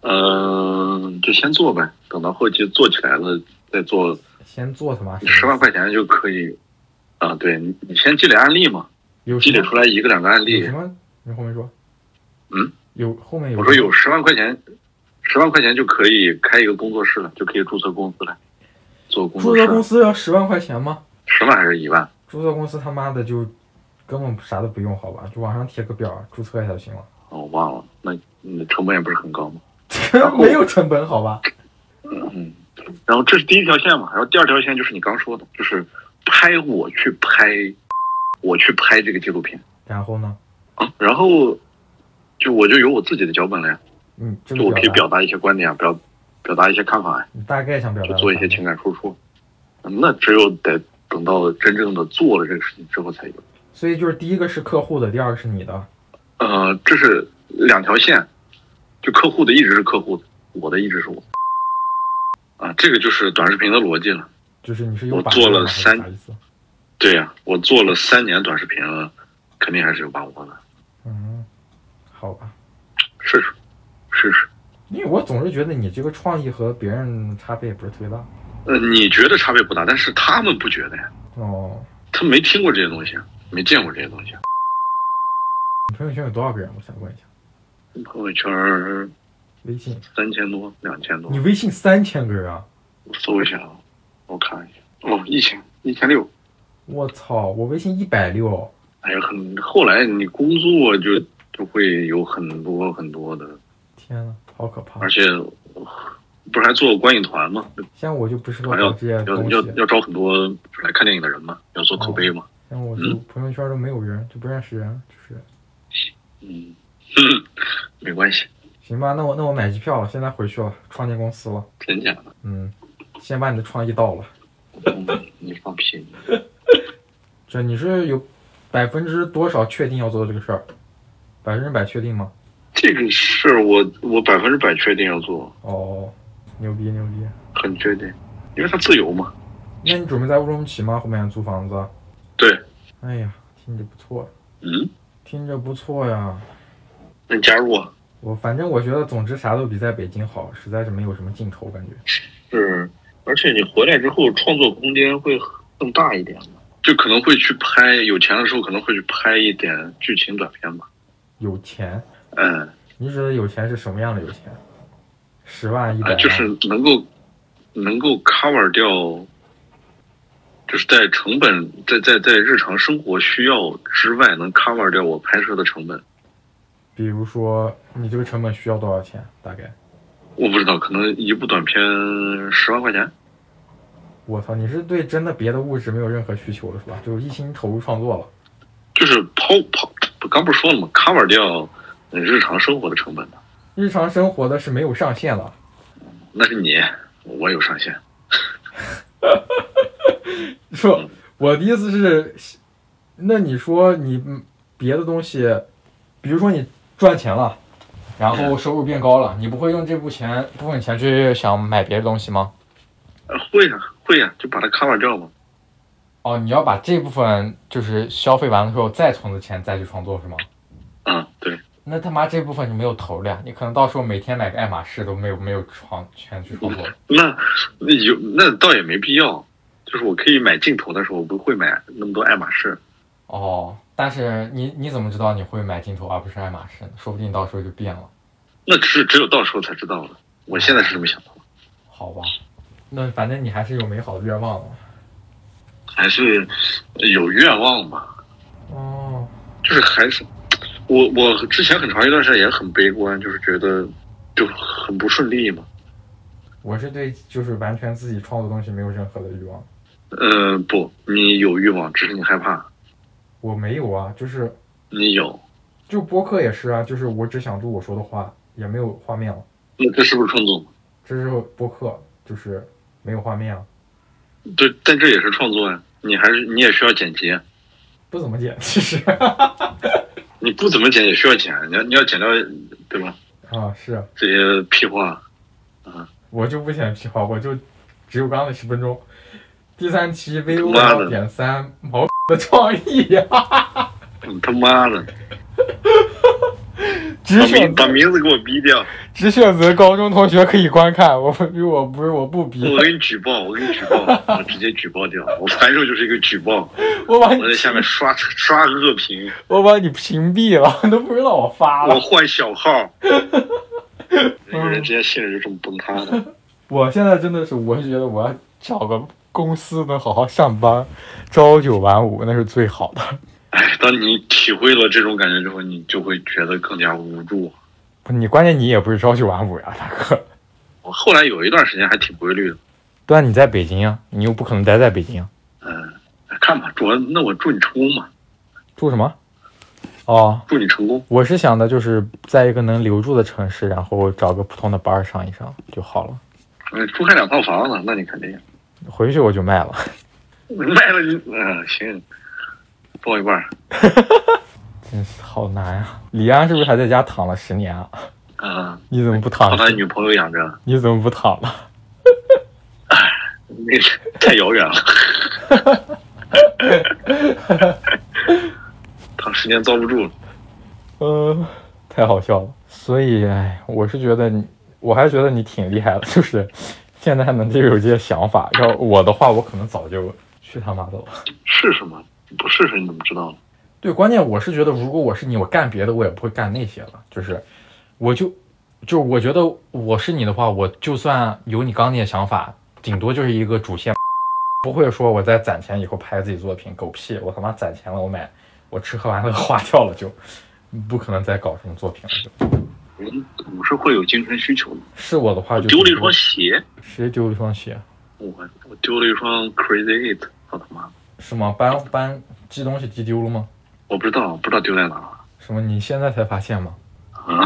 嗯、就先做呗，等到后期做起来了再做，先做他妈什么十万块钱就可以。啊、对你，你先积累案例嘛，有积什累么出来一个两个案有例什。么？你后面说。嗯。有后面有。我说有。十万块钱，十万块钱就可以开一个工作室了，就可以注册公司了，做工注作册公室。司要十万块钱吗？十万还是一万？注册公司他妈的就根本啥都不用，好吧？就网上贴个表儿，注册一下就行了。哦，我忘了，那你的成本也不是很高嘛。 后没有成本，好吧？嗯，然后这是第一条线嘛，然后第二条线就是你刚说的，就是拍我去拍，我去拍这个纪录片然后呢？啊，然后就我就有我自己的脚本了呀，嗯，这就个我可以表表达，达一些观点，啊表表达一些看法呀，你大概想表达就啥？做一些情感输出。那只有得等到真正的做了这个事情之后才有。所以就是第一个是客户的，第二个是你的。呃，这是两条线，就客户的一直是客户的，我的一直是我。啊，这个就是短视频的逻辑了。就是你是有我把握做了的还是三啥意思？对呀、我做了三年短视频了，肯定还是有把握的。嗯，好吧。试试，试试。因为我总是觉得你这个创意和别人差别也不是特别大。呃，你觉得差别不大，但是他们不觉得呀，哦，他们没听过这些东西，啊没见过这些东西。啊你朋友圈有多少个人？我想问一下。朋友圈儿微信，三千多，两千多你，微信三千个人啊！我搜一下啊，我看一下。哦，一千，一千六。我操，我微信一百六，哎呀，很后来你工作就就会有很多很多的，天呐，好可怕而！且呃不是还做过观影团吗？像我就不适合还要搞这些要东要西，哦要招很多来看电影的人嘛，要做口碑嘛。像我就朋友圈都没有人，就不认识人，就是。嗯，嗯没关系，行吧，那我那我买机票了，现在回去了，创建公司了。真假的，嗯，先把你的创意到了。嗯你放屁！这你是有百分之多少确定要做这个事儿？百分之百确定吗？这个事儿我我百分之百确定要做，哦，牛逼牛逼！很确定，因为它自由嘛。那你准备在乌鲁木齐吗？后面租房子？对，哎呀，听着不错，嗯，听着不错呀。那你加入啊，我反正我觉得，总之啥都比在北京好，实在是没有什么尽头感觉。是，而且你回来之后创作空间会更大一点嘛，就可能会去拍，有钱的时候可能会去拍一点剧情短片吧。有钱，嗯，你指的有钱是什么样的有钱？十万、一百啊，万？就是能够能够 cover 掉，就是在成本在在在日常生活需要之外，能 cover 掉我拍摄的成本。比如说，你这个成本需要多少钱？大概？我不知道，可能一部短片十万块钱。我操，你是对真的别的物质没有任何需求了是吧？就一心投入创作了。就是抛抛，不刚不是说了吗？cover 掉呃日常生活的成本的，日常生活的是没有上限了。那是你，我有上限。说，我的意思是，那你说你嗯别的东西，比如说你赚钱了，然后收入变高了，你不会用这部钱部分钱去想买别的东西吗？呃会呀、会呀、就把它 cover 掉嘛。哦，你要把这部分就是消费完了之后，再存的钱再去创作是吗？嗯，对，那他妈这部分你没有头了呀！你可能到时候每天买个爱马仕都没有没有创钱去创作。那那有那倒也没必要，就是我可以买镜头，但是我不会买那么多爱马仕。哦，但是你你怎么知道你会买镜头而不是爱马仕呢？说不定到时候就变了，那只是只有到时候才知道的。我现在是这么想的，好吧？那反正你还是有美好的愿望的。还是有愿望吧。哦，就是还是我我之前很长一段时间也很悲观，就是觉得就很不顺利嘛。我是对就是完全自己创作东西没有任何的欲望，呃，不，你有欲望，只是你害怕。我没有啊，就是你有，就播客也是啊，就是我只想录我说的话，也没有画面了。那这是不是创作？这是播客，就是没有画面啊，对，但这也是创作呀、啊你还是你也需要剪辑，啊不怎么剪，其实 你不怎么剪也需要剪，啊你要你要剪掉，对吧？啊是这些屁话，我就不剪屁话，我就只有刚刚的十分钟。第三期 VO 妈二的点三毛的创意啊，你嗯他妈的，只把名选把名字给我逼掉，只选择高中同学可以观看，我不我不是我不逼， 我给你举报，我给你举报，我直接举报掉，我反手就是一个举报，我把你我在下面刷刷恶评，我把你屏蔽了，都不知道我发我了。换小号，一个人之间信任就这么崩塌的。我现在真的是，我是觉得我要找个公司能好好上班，朝九晚五那是最好的。哎，当你体会了这种感觉之后，你就会觉得更加无助。不是你关键你也不是朝九晚五呀，大哥。我后来有一段时间还挺规律的，对啊，你在北京呀，你又不可能待在北京，啊嗯，看吧，主要那我祝你成功吧，住什么？哦，祝你成功。我是想的就是在一个能留住的城市，然后找个普通的班儿上一上就好了。嗯，多看两套房子，那你肯定回去我就卖了。 卖了你，嗯，行，报一半儿真是好难啊！李安是不是还在家躺了十年啊？啊，你怎么不把躺他？女朋友养着，你怎么不躺了？那个 太遥远了。躺时间遭不住了，呃，太好笑了。所以，哎，我是觉得你，我还觉得你挺厉害的，就是现在还能就有这些想法。要我的话，我可能早就去他妈的了。试试嘛，不试试你怎么知道呢？对，关键我是觉得，如果我是你，我干别的我也不会干那些了。就是，我就，就我觉得我是你的话，我就算有你刚那些想法，顶多就是一个主线，不会说我在攒钱以后拍自己作品，狗屁！我他妈攒钱了，我买，我吃喝玩乐花掉了就，不可能再搞什么作品了就。人总是会有精神需求的。是我的话我就丢了一顶多双鞋，谁丢了一双鞋？我我丢了一双 Crazy Eight，我他妈，是吗？搬搬寄东西寄丢了吗？我不知道，不知道丢在哪了什么？你现在才发现吗？啊，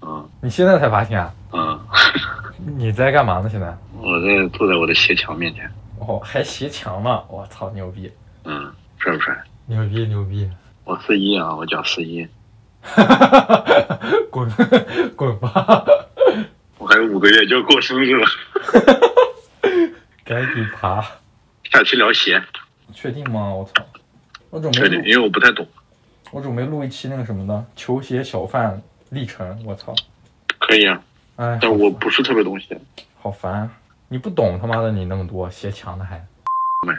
啊你现在才发现啊？啊！你在干嘛呢？现在？我在坐在我的鞋墙面前，哦，还斜墙呢！我操，牛逼，嗯，帅不帅？牛逼，牛逼！我四一啊，我脚四一， 滚滚吧，我还有五个月就要过生日了，该你爬。下期聊鞋，确定吗？我操！我准备确定，录，因为我不太懂，我准备录一期那个什么的球鞋小贩历程。我操！可以啊，哎，但我不是特别懂鞋，好烦啊！你不懂他妈的，你那么多斜墙的还没。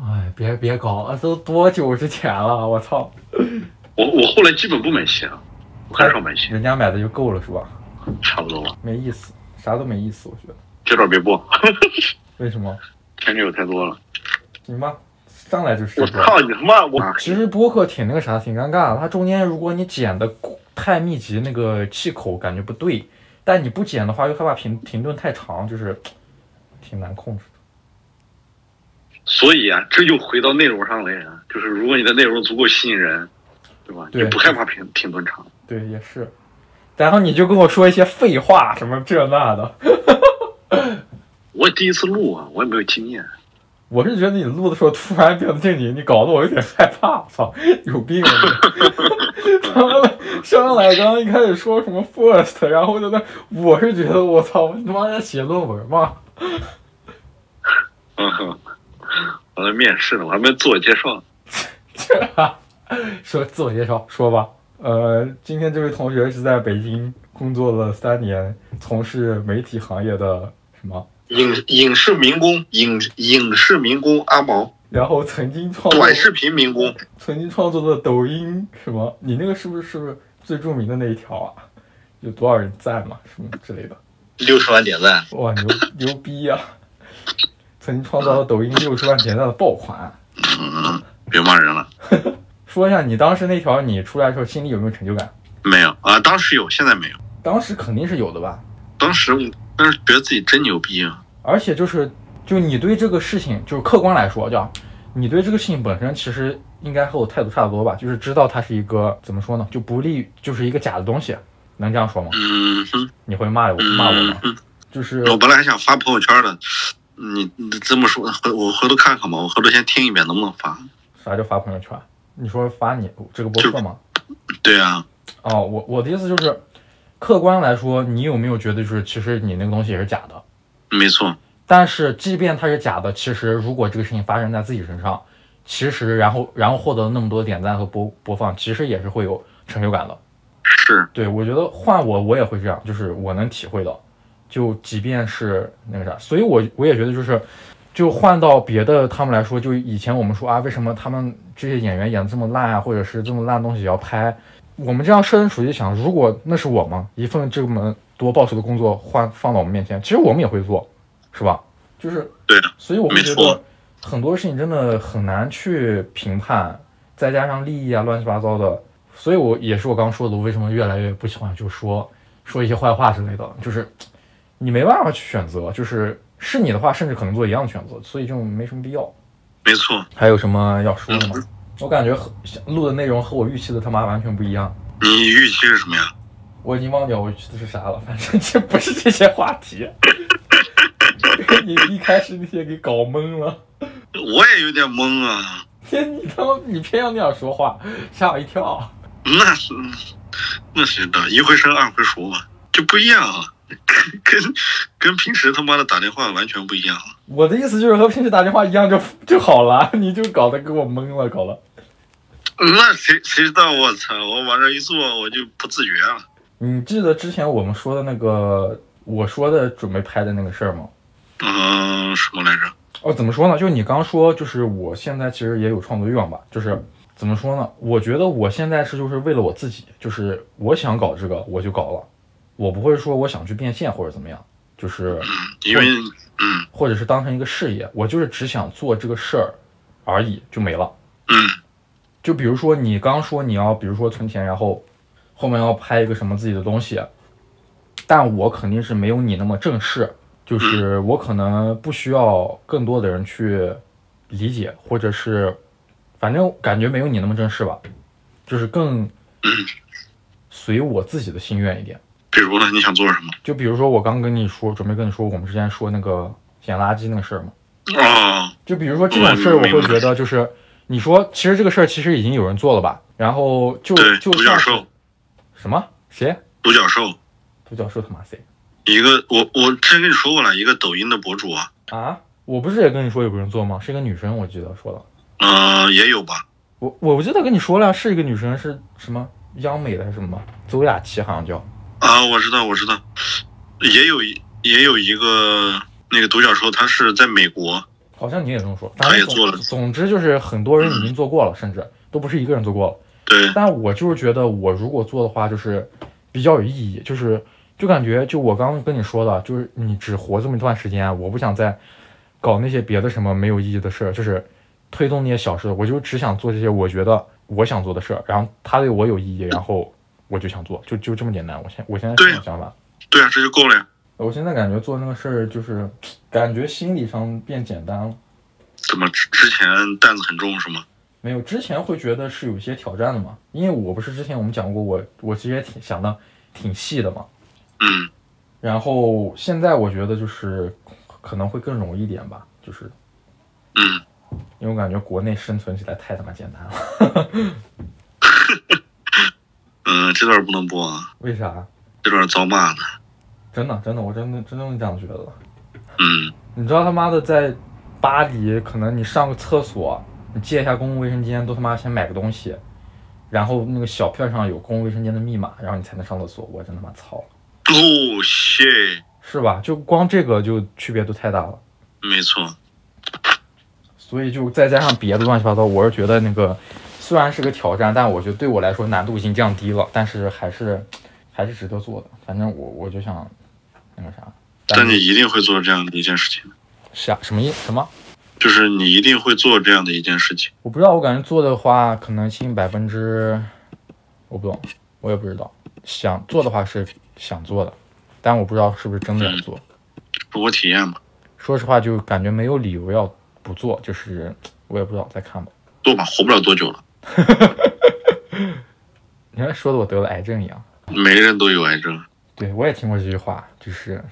哎，别别搞了，都多久之前了？我操！我我后来基本不买鞋了，我很少买鞋，人家买的就够了是吧？差不多吧，没意思，啥都没意思，我觉得。这段别播，为什么？前女友太多了，行吧，上来就是我这个操你他妈，我其实播客挺那个啥，挺尴尬的。它中间如果你剪的太密集，那个气口感觉不对；但你不剪的话，又害怕停停顿太长，就是挺难控制的。所以啊，这又回到内容上了呀，就是如果你的内容足够吸引人，对吧？对你不害怕评评论场，对，也是。然后你就跟我说一些废话，什么这那的。我第一次录啊，我也没有经验，我是觉得你录的时候突然变得正经，你搞得我有点害怕。操，有病啊你！ 他妈的，上来刚刚一开始说什么 first，然后就那，我是觉得我操，我他妈在写论文嘛。嗯哼，我在面试呢，我还没自我介绍，说自我介绍，说吧。呃，今天这位同学是在北京工作了三年，从事媒体行业的什么？影影视民工，影影视民工阿毛，然后曾经创作短视频民工，曾经创作的抖音什么？你那个是不是是不是最著名的那一条啊？有多少人赞嘛？什么之类的？六十万点赞，哇，牛牛逼啊呀、曾经创造了抖音六十万点赞的爆款。嗯嗯嗯，别骂人了，说一下你当时那条你出来的时候心里有没有成就感？没有啊，当时有，现在没有。当时肯定是有的吧，当时我当时觉得自己真牛逼啊，而且就是就你对这个事情，就是客观来说，叫你对这个事情本身其实应该和我态度差不多吧，就是知道它是一个怎么说呢，就不利于，就是一个假的东西，能这样说吗？嗯哼，你会骂我骂我嗯吗？哼，就是我本来还想发朋友圈的，你你这么说，回我回头看看吧，我回头先听一遍能不能发。啥叫发朋友圈？你说发你这个播客吗？对啊，哦，我我的意思就是，客观来说，你有没有觉得就是其实你那个东西也是假的？没错，但是即便它是假的，其实如果这个事情发生在自己身上，其实然后然后获得了那么多点赞和播播放，其实也是会有成就感的。是对我觉得换我我也会这样，就是我能体会到，就即便是那个啥，所以我我也觉得就是，就换到别的他们来说，就以前我们说啊，为什么他们这些演员演的这么烂啊，或者是这么烂的东西也要拍？我们这样设身处地想，如果那是我们一份这么多报酬的工作换放到我们面前，其实我们也会做，是吧？就是对啊，所以我会觉没错得很多事情真的很难去评判，再加上利益啊，乱七八糟的，所以我也是我刚说的，我为什么越来越不喜欢就说说一些坏话之类的，就是你没办法去选择，就是是你的话，甚至可能做一样的选择，所以就没什么必要。没错，还有什么要说的嗯吗？我感觉和录的内容和我预期的他妈完全不一样，你预期是什么呀？我已经忘掉我预期的是啥了，反正这不是这些话 题，被你一开始那些给搞懵了。我也有点懵啊，你他妈你偏要那样说话，吓我一跳。那是那谁知道，一回生二回熟嘛，就不一样啊，跟跟跟平时他妈的打电话完全不一样啊。我的意思就是和平时打电话一样就 就好了，你就搞得给我懵了，搞了。那谁谁知道？我操！我往这一坐，我就不自觉了。你记得之前我们说的那个我说的准备拍的那个事儿吗？嗯，什么来着？哦，怎么说呢？就是你刚说，就是我现在其实也有创作欲望吧，就是怎么说呢？我觉得我现在是就是为了我自己，就是我想搞这个我就搞了，我不会说我想去变现或者怎么样，就是因为嗯或者是当成一个事业，我就是只想做这个事儿而已，就没了。嗯就比如说你刚说你要，比如说存钱，然后后面要拍一个什么自己的东西，但我肯定是没有你那么正式，就是我可能不需要更多的人去理解，或者是反正感觉没有你那么正式吧，就是更嗯，随我自己的心愿一点。比如呢，你想做什么？就比如说我刚跟你说，准备跟你说我们之前说那个捡垃圾那个事儿嘛，哦，就比如说这种事儿，我嗯明白会觉得就是你说，其实这个事儿其实已经有人做了吧，然后就对，就独角像是兽，什么谁独角兽，独角兽他妈谁一个我我之前跟你说过了，一个抖音的博主啊，啊？我不是也跟你说有个人做吗？是一个女生，我记得说了，嗯、也有吧？我我不记得跟你说了，是一个女生，是什么央美的还是什么？邹雅琪好像叫。啊，我知道，我知道，也有一也有一个那个独角兽，他是在美国，好像你也这么说，她也反正做了总总之就是很多人已经做过了，甚至都不是一个人做过了。对，但我就是觉得，我如果做的话，就是比较有意义，就是就感觉就我刚刚跟你说的，就是你只活这么一段时间，我不想再搞那些别的什么没有意义的事儿，就是推动那些小事，我就只想做这些我觉得我想做的事儿，然后它对我有意义，然后我就想做，就就这么简单。我现我现在是这种想法，对啊，这就够了呀。我现在感觉做那个事儿就是感觉心理上变简单了。怎么之之前担子很重是吗？没有，之前会觉得是有一些挑战的嘛，因为我不是之前我们讲过我，我其实也挺想的挺细的嘛，嗯，然后现在我觉得就是可能会更容易一点吧，就是嗯，因为我感觉国内生存起来太他妈简单了。嗯、这段不能播啊， 为啥？这段遭骂呢。真的，真的，我真的真正这样觉得。嗯，你知道他妈的在巴黎，可能你上个厕所，你借一下公共卫生间，都他妈先买个东西，然后那个小票上有公共卫生间的密码，然后你才能上厕所。我真他妈操了，哦，谢，是吧？就光这个就区别都太大了。没错，所以就再加上别的乱七八糟，我是觉得那个虽然是个挑战，但我觉得对我来说难度已经降低了，但是还是还是值得做的。反正我我就想那个啥，但你一定会做这样的一件事情。啥什么意什么？就是你一定会做这样的一件事情。我不知道，我感觉做的话可能性百分之，我不懂，我也不知道。想做的话是想做的，但我不知道是不是真的要做。不过体验吧，说实话，就感觉没有理由要不做，就是我也不知道，再看吧。做吧，活不了多久了。你看，说的我得了癌症一样。每个人都有癌症，对我也听过这句话，就是，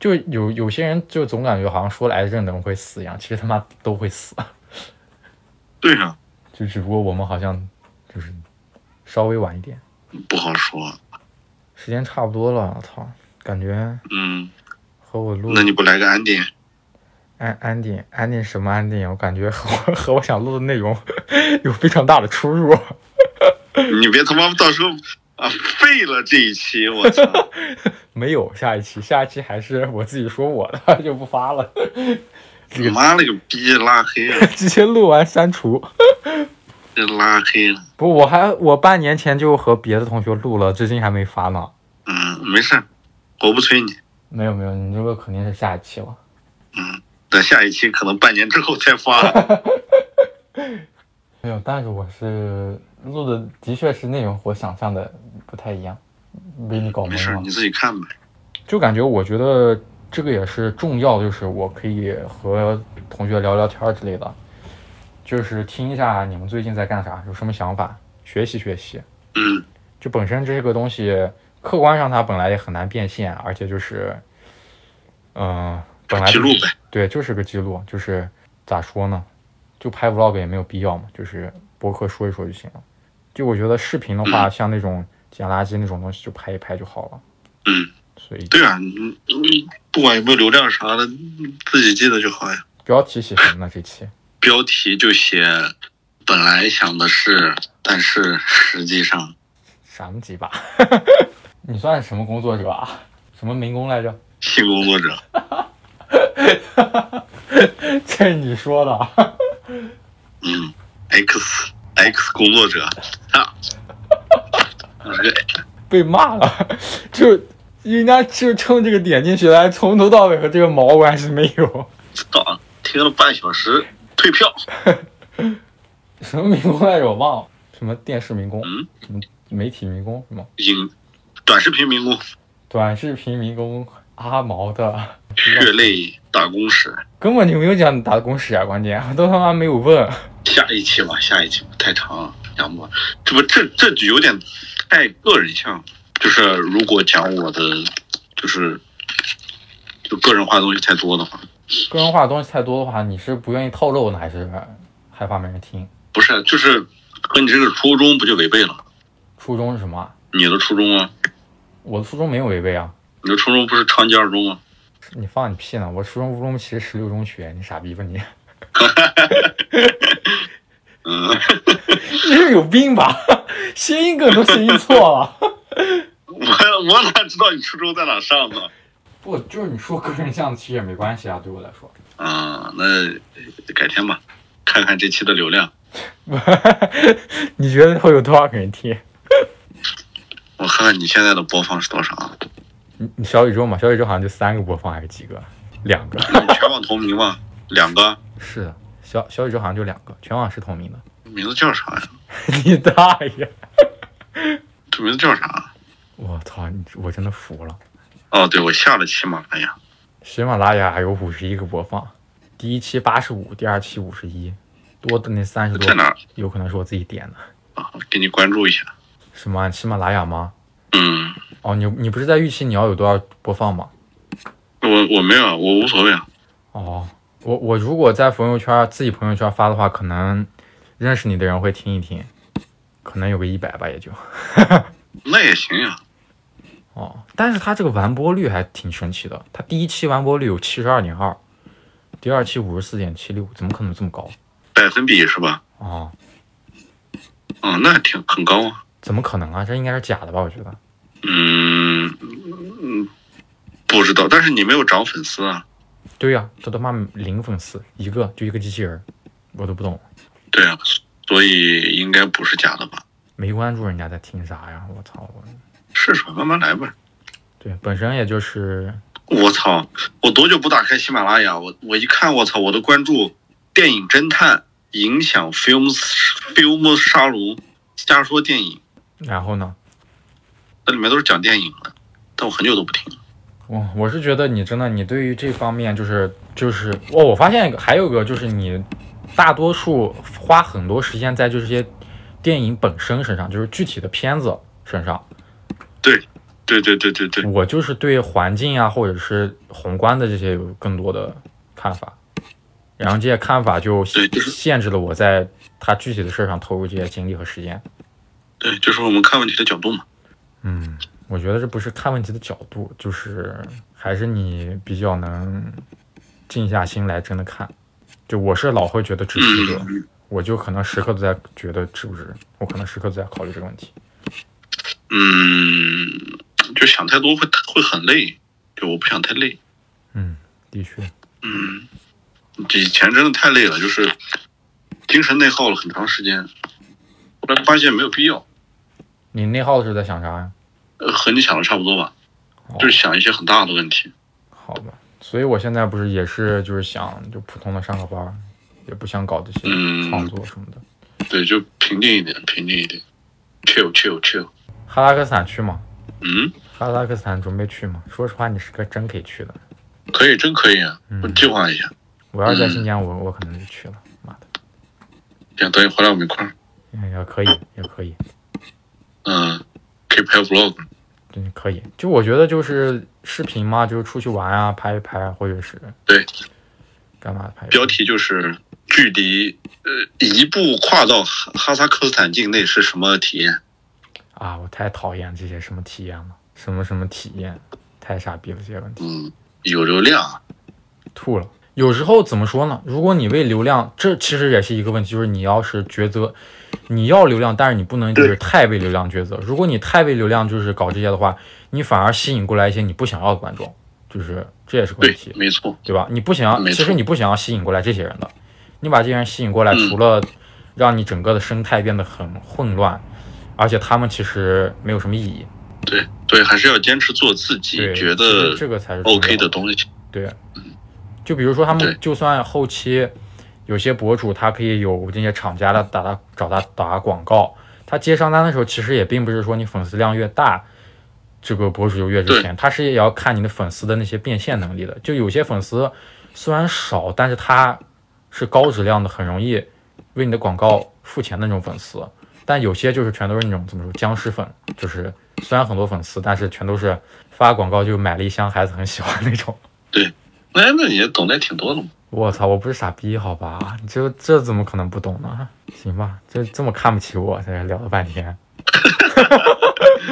就有有些人就总感觉好像说了癌症人会死一样，其实他妈都会死， 对呀、就只不过我们好像就是稍微晚一点，不好说。时间差不多了，我操，感觉嗯，和我录那你不来个安定？安安定安定什么安定，啊我感觉和我和我想录的内容 有非常大的出入。 你别他妈到时候啊废了这一期，我操！没有下一期，下一期还是我自己说我的， 就不发了，你妈了个逼，拉黑了，直接录完删除。这拉黑了。不，我还我半年前就和别的同学录了，至今还没发呢。嗯，没事儿，我不催你。没有没有，你这个肯定是下一期了。嗯，等下一期可能半年之后再哦发。没有，但是我是录的，的确是内容和我想象的不太一样，被你搞没懵事儿，了你。自己看呗。就感觉我觉得这个也是重要，就是我可以和同学聊聊天儿之类的，就是听一下你们最近在干啥，有什么想法，学习学习。嗯，就本身这个东西，客观上它本来也很难变现，而且就是，嗯、本来记就录是呗。对，就是个记录，就是咋说呢，就拍 vlog 也没有必要嘛，就是博客说一说就行了。就我觉得视频的话，像那种捡垃圾那种东西，就拍一拍就好了。嗯，所以对啊，你你不管有没有流量啥的，自己记得就好呀。标题写什么呢？这期标题就写，本来想的是，但是实际上闪几把？ 你算什么工作者啊？什么民工来着？ 性工作者。这是你说的。啊嗯，X X 工作者，啊，我这个被骂了，就人家就冲这个点进去来，从头到尾和这个毛关系没有。操，听啊了半小时，退票。 什么民工来着？我忘了，什么电视民工，嗯什么媒体民工什么影短视频民工短视频民工阿毛的， 血泪打工史，根本就没有讲打工史啊，关键 都他妈没有问。下一期吧，下一期吧，太长了，讲不完。这不这这就有点太个人向了，就是如果讲我的，就是就个人化的东西太多的话，个人化的东西太多的话，你是不愿意透露呢，还是害怕没人听？不是，就是和你这个初衷不就违背了？初衷是什么啊？你的初衷啊，我的初衷没有违背啊。你的初衷不是创建二中吗？你放你屁呢！我初中、初中其实十六中学，你傻逼吧你？ 嗯。 你是有病吧？ 谐音梗都谐音错了。我我哪知道你初中在哪上的？ 不，就是你说个人向其实也没关系啊，对我来说。啊，那改天吧，看看这期的流量。 你觉得会有多少个人听？我看看你现在的播放是多少啊？你你小宇宙嘛，小宇宙好像就三个播放还是几个？两个。那你全网同名吗？两个，是的，小小宇宙好像就两个，全网是同名 的。名字叫啥呀？你大爷！这名字叫啥？啊我操，你我真的服了。哦，对，我下了哎喜马拉雅。喜马拉雅有五十一个播放，第一期八十五，第二期五十一，多的那三十多在哪儿有可能是我自己点的。啊？给你关注一下。什么？喜马拉雅吗？嗯，哦，你你不是在预期你要有多少播放吗？我我没有啊，我无所谓啊。哦，我我如果在朋友圈自己朋友圈发的话，可能认识你的人会听一听，可能有个一百吧，也就那也行呀、哦。但是它这个完播率还挺神奇的，它第一期完播率有七十二点二，第二期五十四点七六，怎么可能这么高百分比是吧？啊、哦？啊，那挺很高啊。怎么可能啊？这应该是假的吧？我觉得嗯嗯，不知道，但是你没有涨粉丝啊。对呀、这他妈零粉丝，一个就一个机器人儿，我都不懂，对啊，所以应该不是假的吧？没关注人家在听啥呀？我操！我试试，慢慢来呗。对，本身也就是我操！我多久不打开喜马拉雅？我我一看，我操！我的关注电影侦探影响 film film 沙龙瞎说电影，然后呢，那里面都是讲电影的，但我很久都不听了。我我是觉得你真的，你对于这方面就是就是哦，我发现还有个就是你大多数花很多时间在这些电影本身身上，就是具体的片子身上。对对对对对，我就是对环境啊，或者是宏观的这些有更多的看法，然后这些看法就对就是限制了我在他具体的事儿上投入这些精力和时间。对，就是我们看问题的角度嘛。嗯，我觉得这不是看问题的角度，就是还是你比较能静下心来真的看。就我是老会觉得值不值得，我就可能时刻都在觉得值不值，我可能时刻都在考虑这个问题。嗯，就想太多会会很累，就我不想太累。嗯，的确，嗯，以前真的太累了，就是精神内耗了很长时间，后来发现没有必要。你内耗的时候在想啥呀？呃，和你想的差不多吧，哦就是想一些很大的问题。好吧，所以我现在不是也是就是想就普通的上个班儿，也不想搞这些嗯创作什么的。对，就平静一点，平静一点，chill chill chill。哈萨克斯坦去吗？嗯，哈萨克斯坦准备去吗？说实话，你是个真可以去的。可以，真可以啊！嗯我计划一下，我要是在新疆，我我可能就去了。妈的，行，等你回来我们一块儿，嗯也可以，也可以，嗯，可以拍 vlog。真可以。就我觉得就是视频嘛，就是出去玩啊，拍一拍啊，或者是对，干嘛拍一拍。标题就是距离呃一步跨到哈哈萨克斯坦境内是什么体验？啊，我太讨厌这些什么体验了，什么什么体验，太傻逼了这些问题。嗯，有流量，啊吐了。有时候怎么说呢？如果你为流量，这其实也是一个问题，就是你要是抉择，你要流量，但是你不能就是太为流量抉择。如果你太为流量就是搞这些的话，你反而吸引过来一些你不想要的观众，就是这也是个问对题，，没错，对吧？你不想要，没其错实你不想要吸引过来这些人的，你把这些人吸引过来，嗯除了让你整个的生态变得很混乱，而且他们其实没有什么意义。对对，还是要坚持做自己对，觉其得实这个才是重要 OK 的东西。对，就比如说他对们就算后期有些博主他可以有这些厂家的打打找他打广告，他接商单的时候，其实也并不是说你粉丝量越大，这个博主就越值钱，他是也要看你的粉丝的那些变现能力的。就有些粉丝虽然少，但是他是高质量的，很容易为你的广告付钱的那种粉丝。但有些就是全都是那种怎么说僵尸粉，就是虽然很多粉丝，但是全都是发广告就买了一箱孩子很喜欢那种。那哎那你也懂得也挺多的嘛。我操，我不是傻逼，好吧？你这这怎么可能不懂呢？行吧，这这么看不起我，在这聊了半天。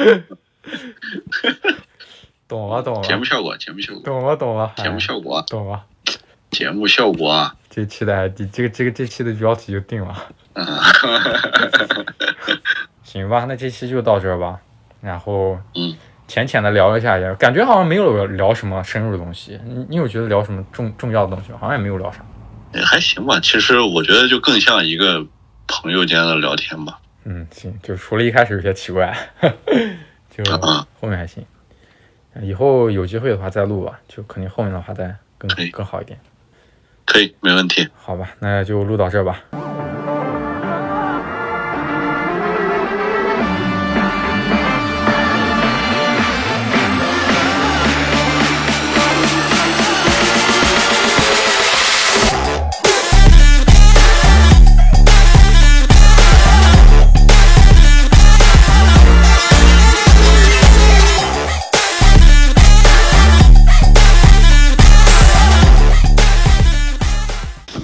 懂了，懂节了目，效果，节目效果，懂了，懂了，节目效果啊哎，懂了。节目效果啊！这期的这这个这个这期的标题就定了。 嗯，行吧，那这期就到这儿吧。然后，嗯，浅浅的聊了一下也，感觉好像没有聊什么深入的东西。你你有觉得聊什么重重要的东西吗？好像也没有聊啥。也还行吧。其实我觉得就更像一个朋友间的聊天吧。嗯，行，就除了一开始有些奇怪，就嗯后面还行。以后有机会的话再录吧，就肯定后面的话再更可以更好一点。可以，没问题。好吧，那就录到这儿吧。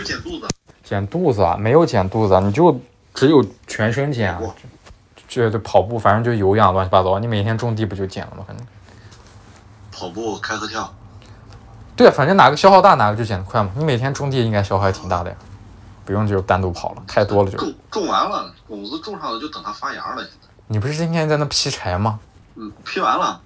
剪肚子，剪肚子啊？没有剪肚子啊，你就只有全身剪啊。就就跑步，反正就有氧，乱七八糟。你每天种地不就剪了吗？反正跑步，开合跳。对啊，反正哪个消耗大，哪个就剪得快嘛。你每天种地应该消耗还挺大的呀，不用就单独跑了，太多了就。种种完了，种子种上了，就等它发芽了。现在，你不是今天在那劈柴吗？嗯，劈完了，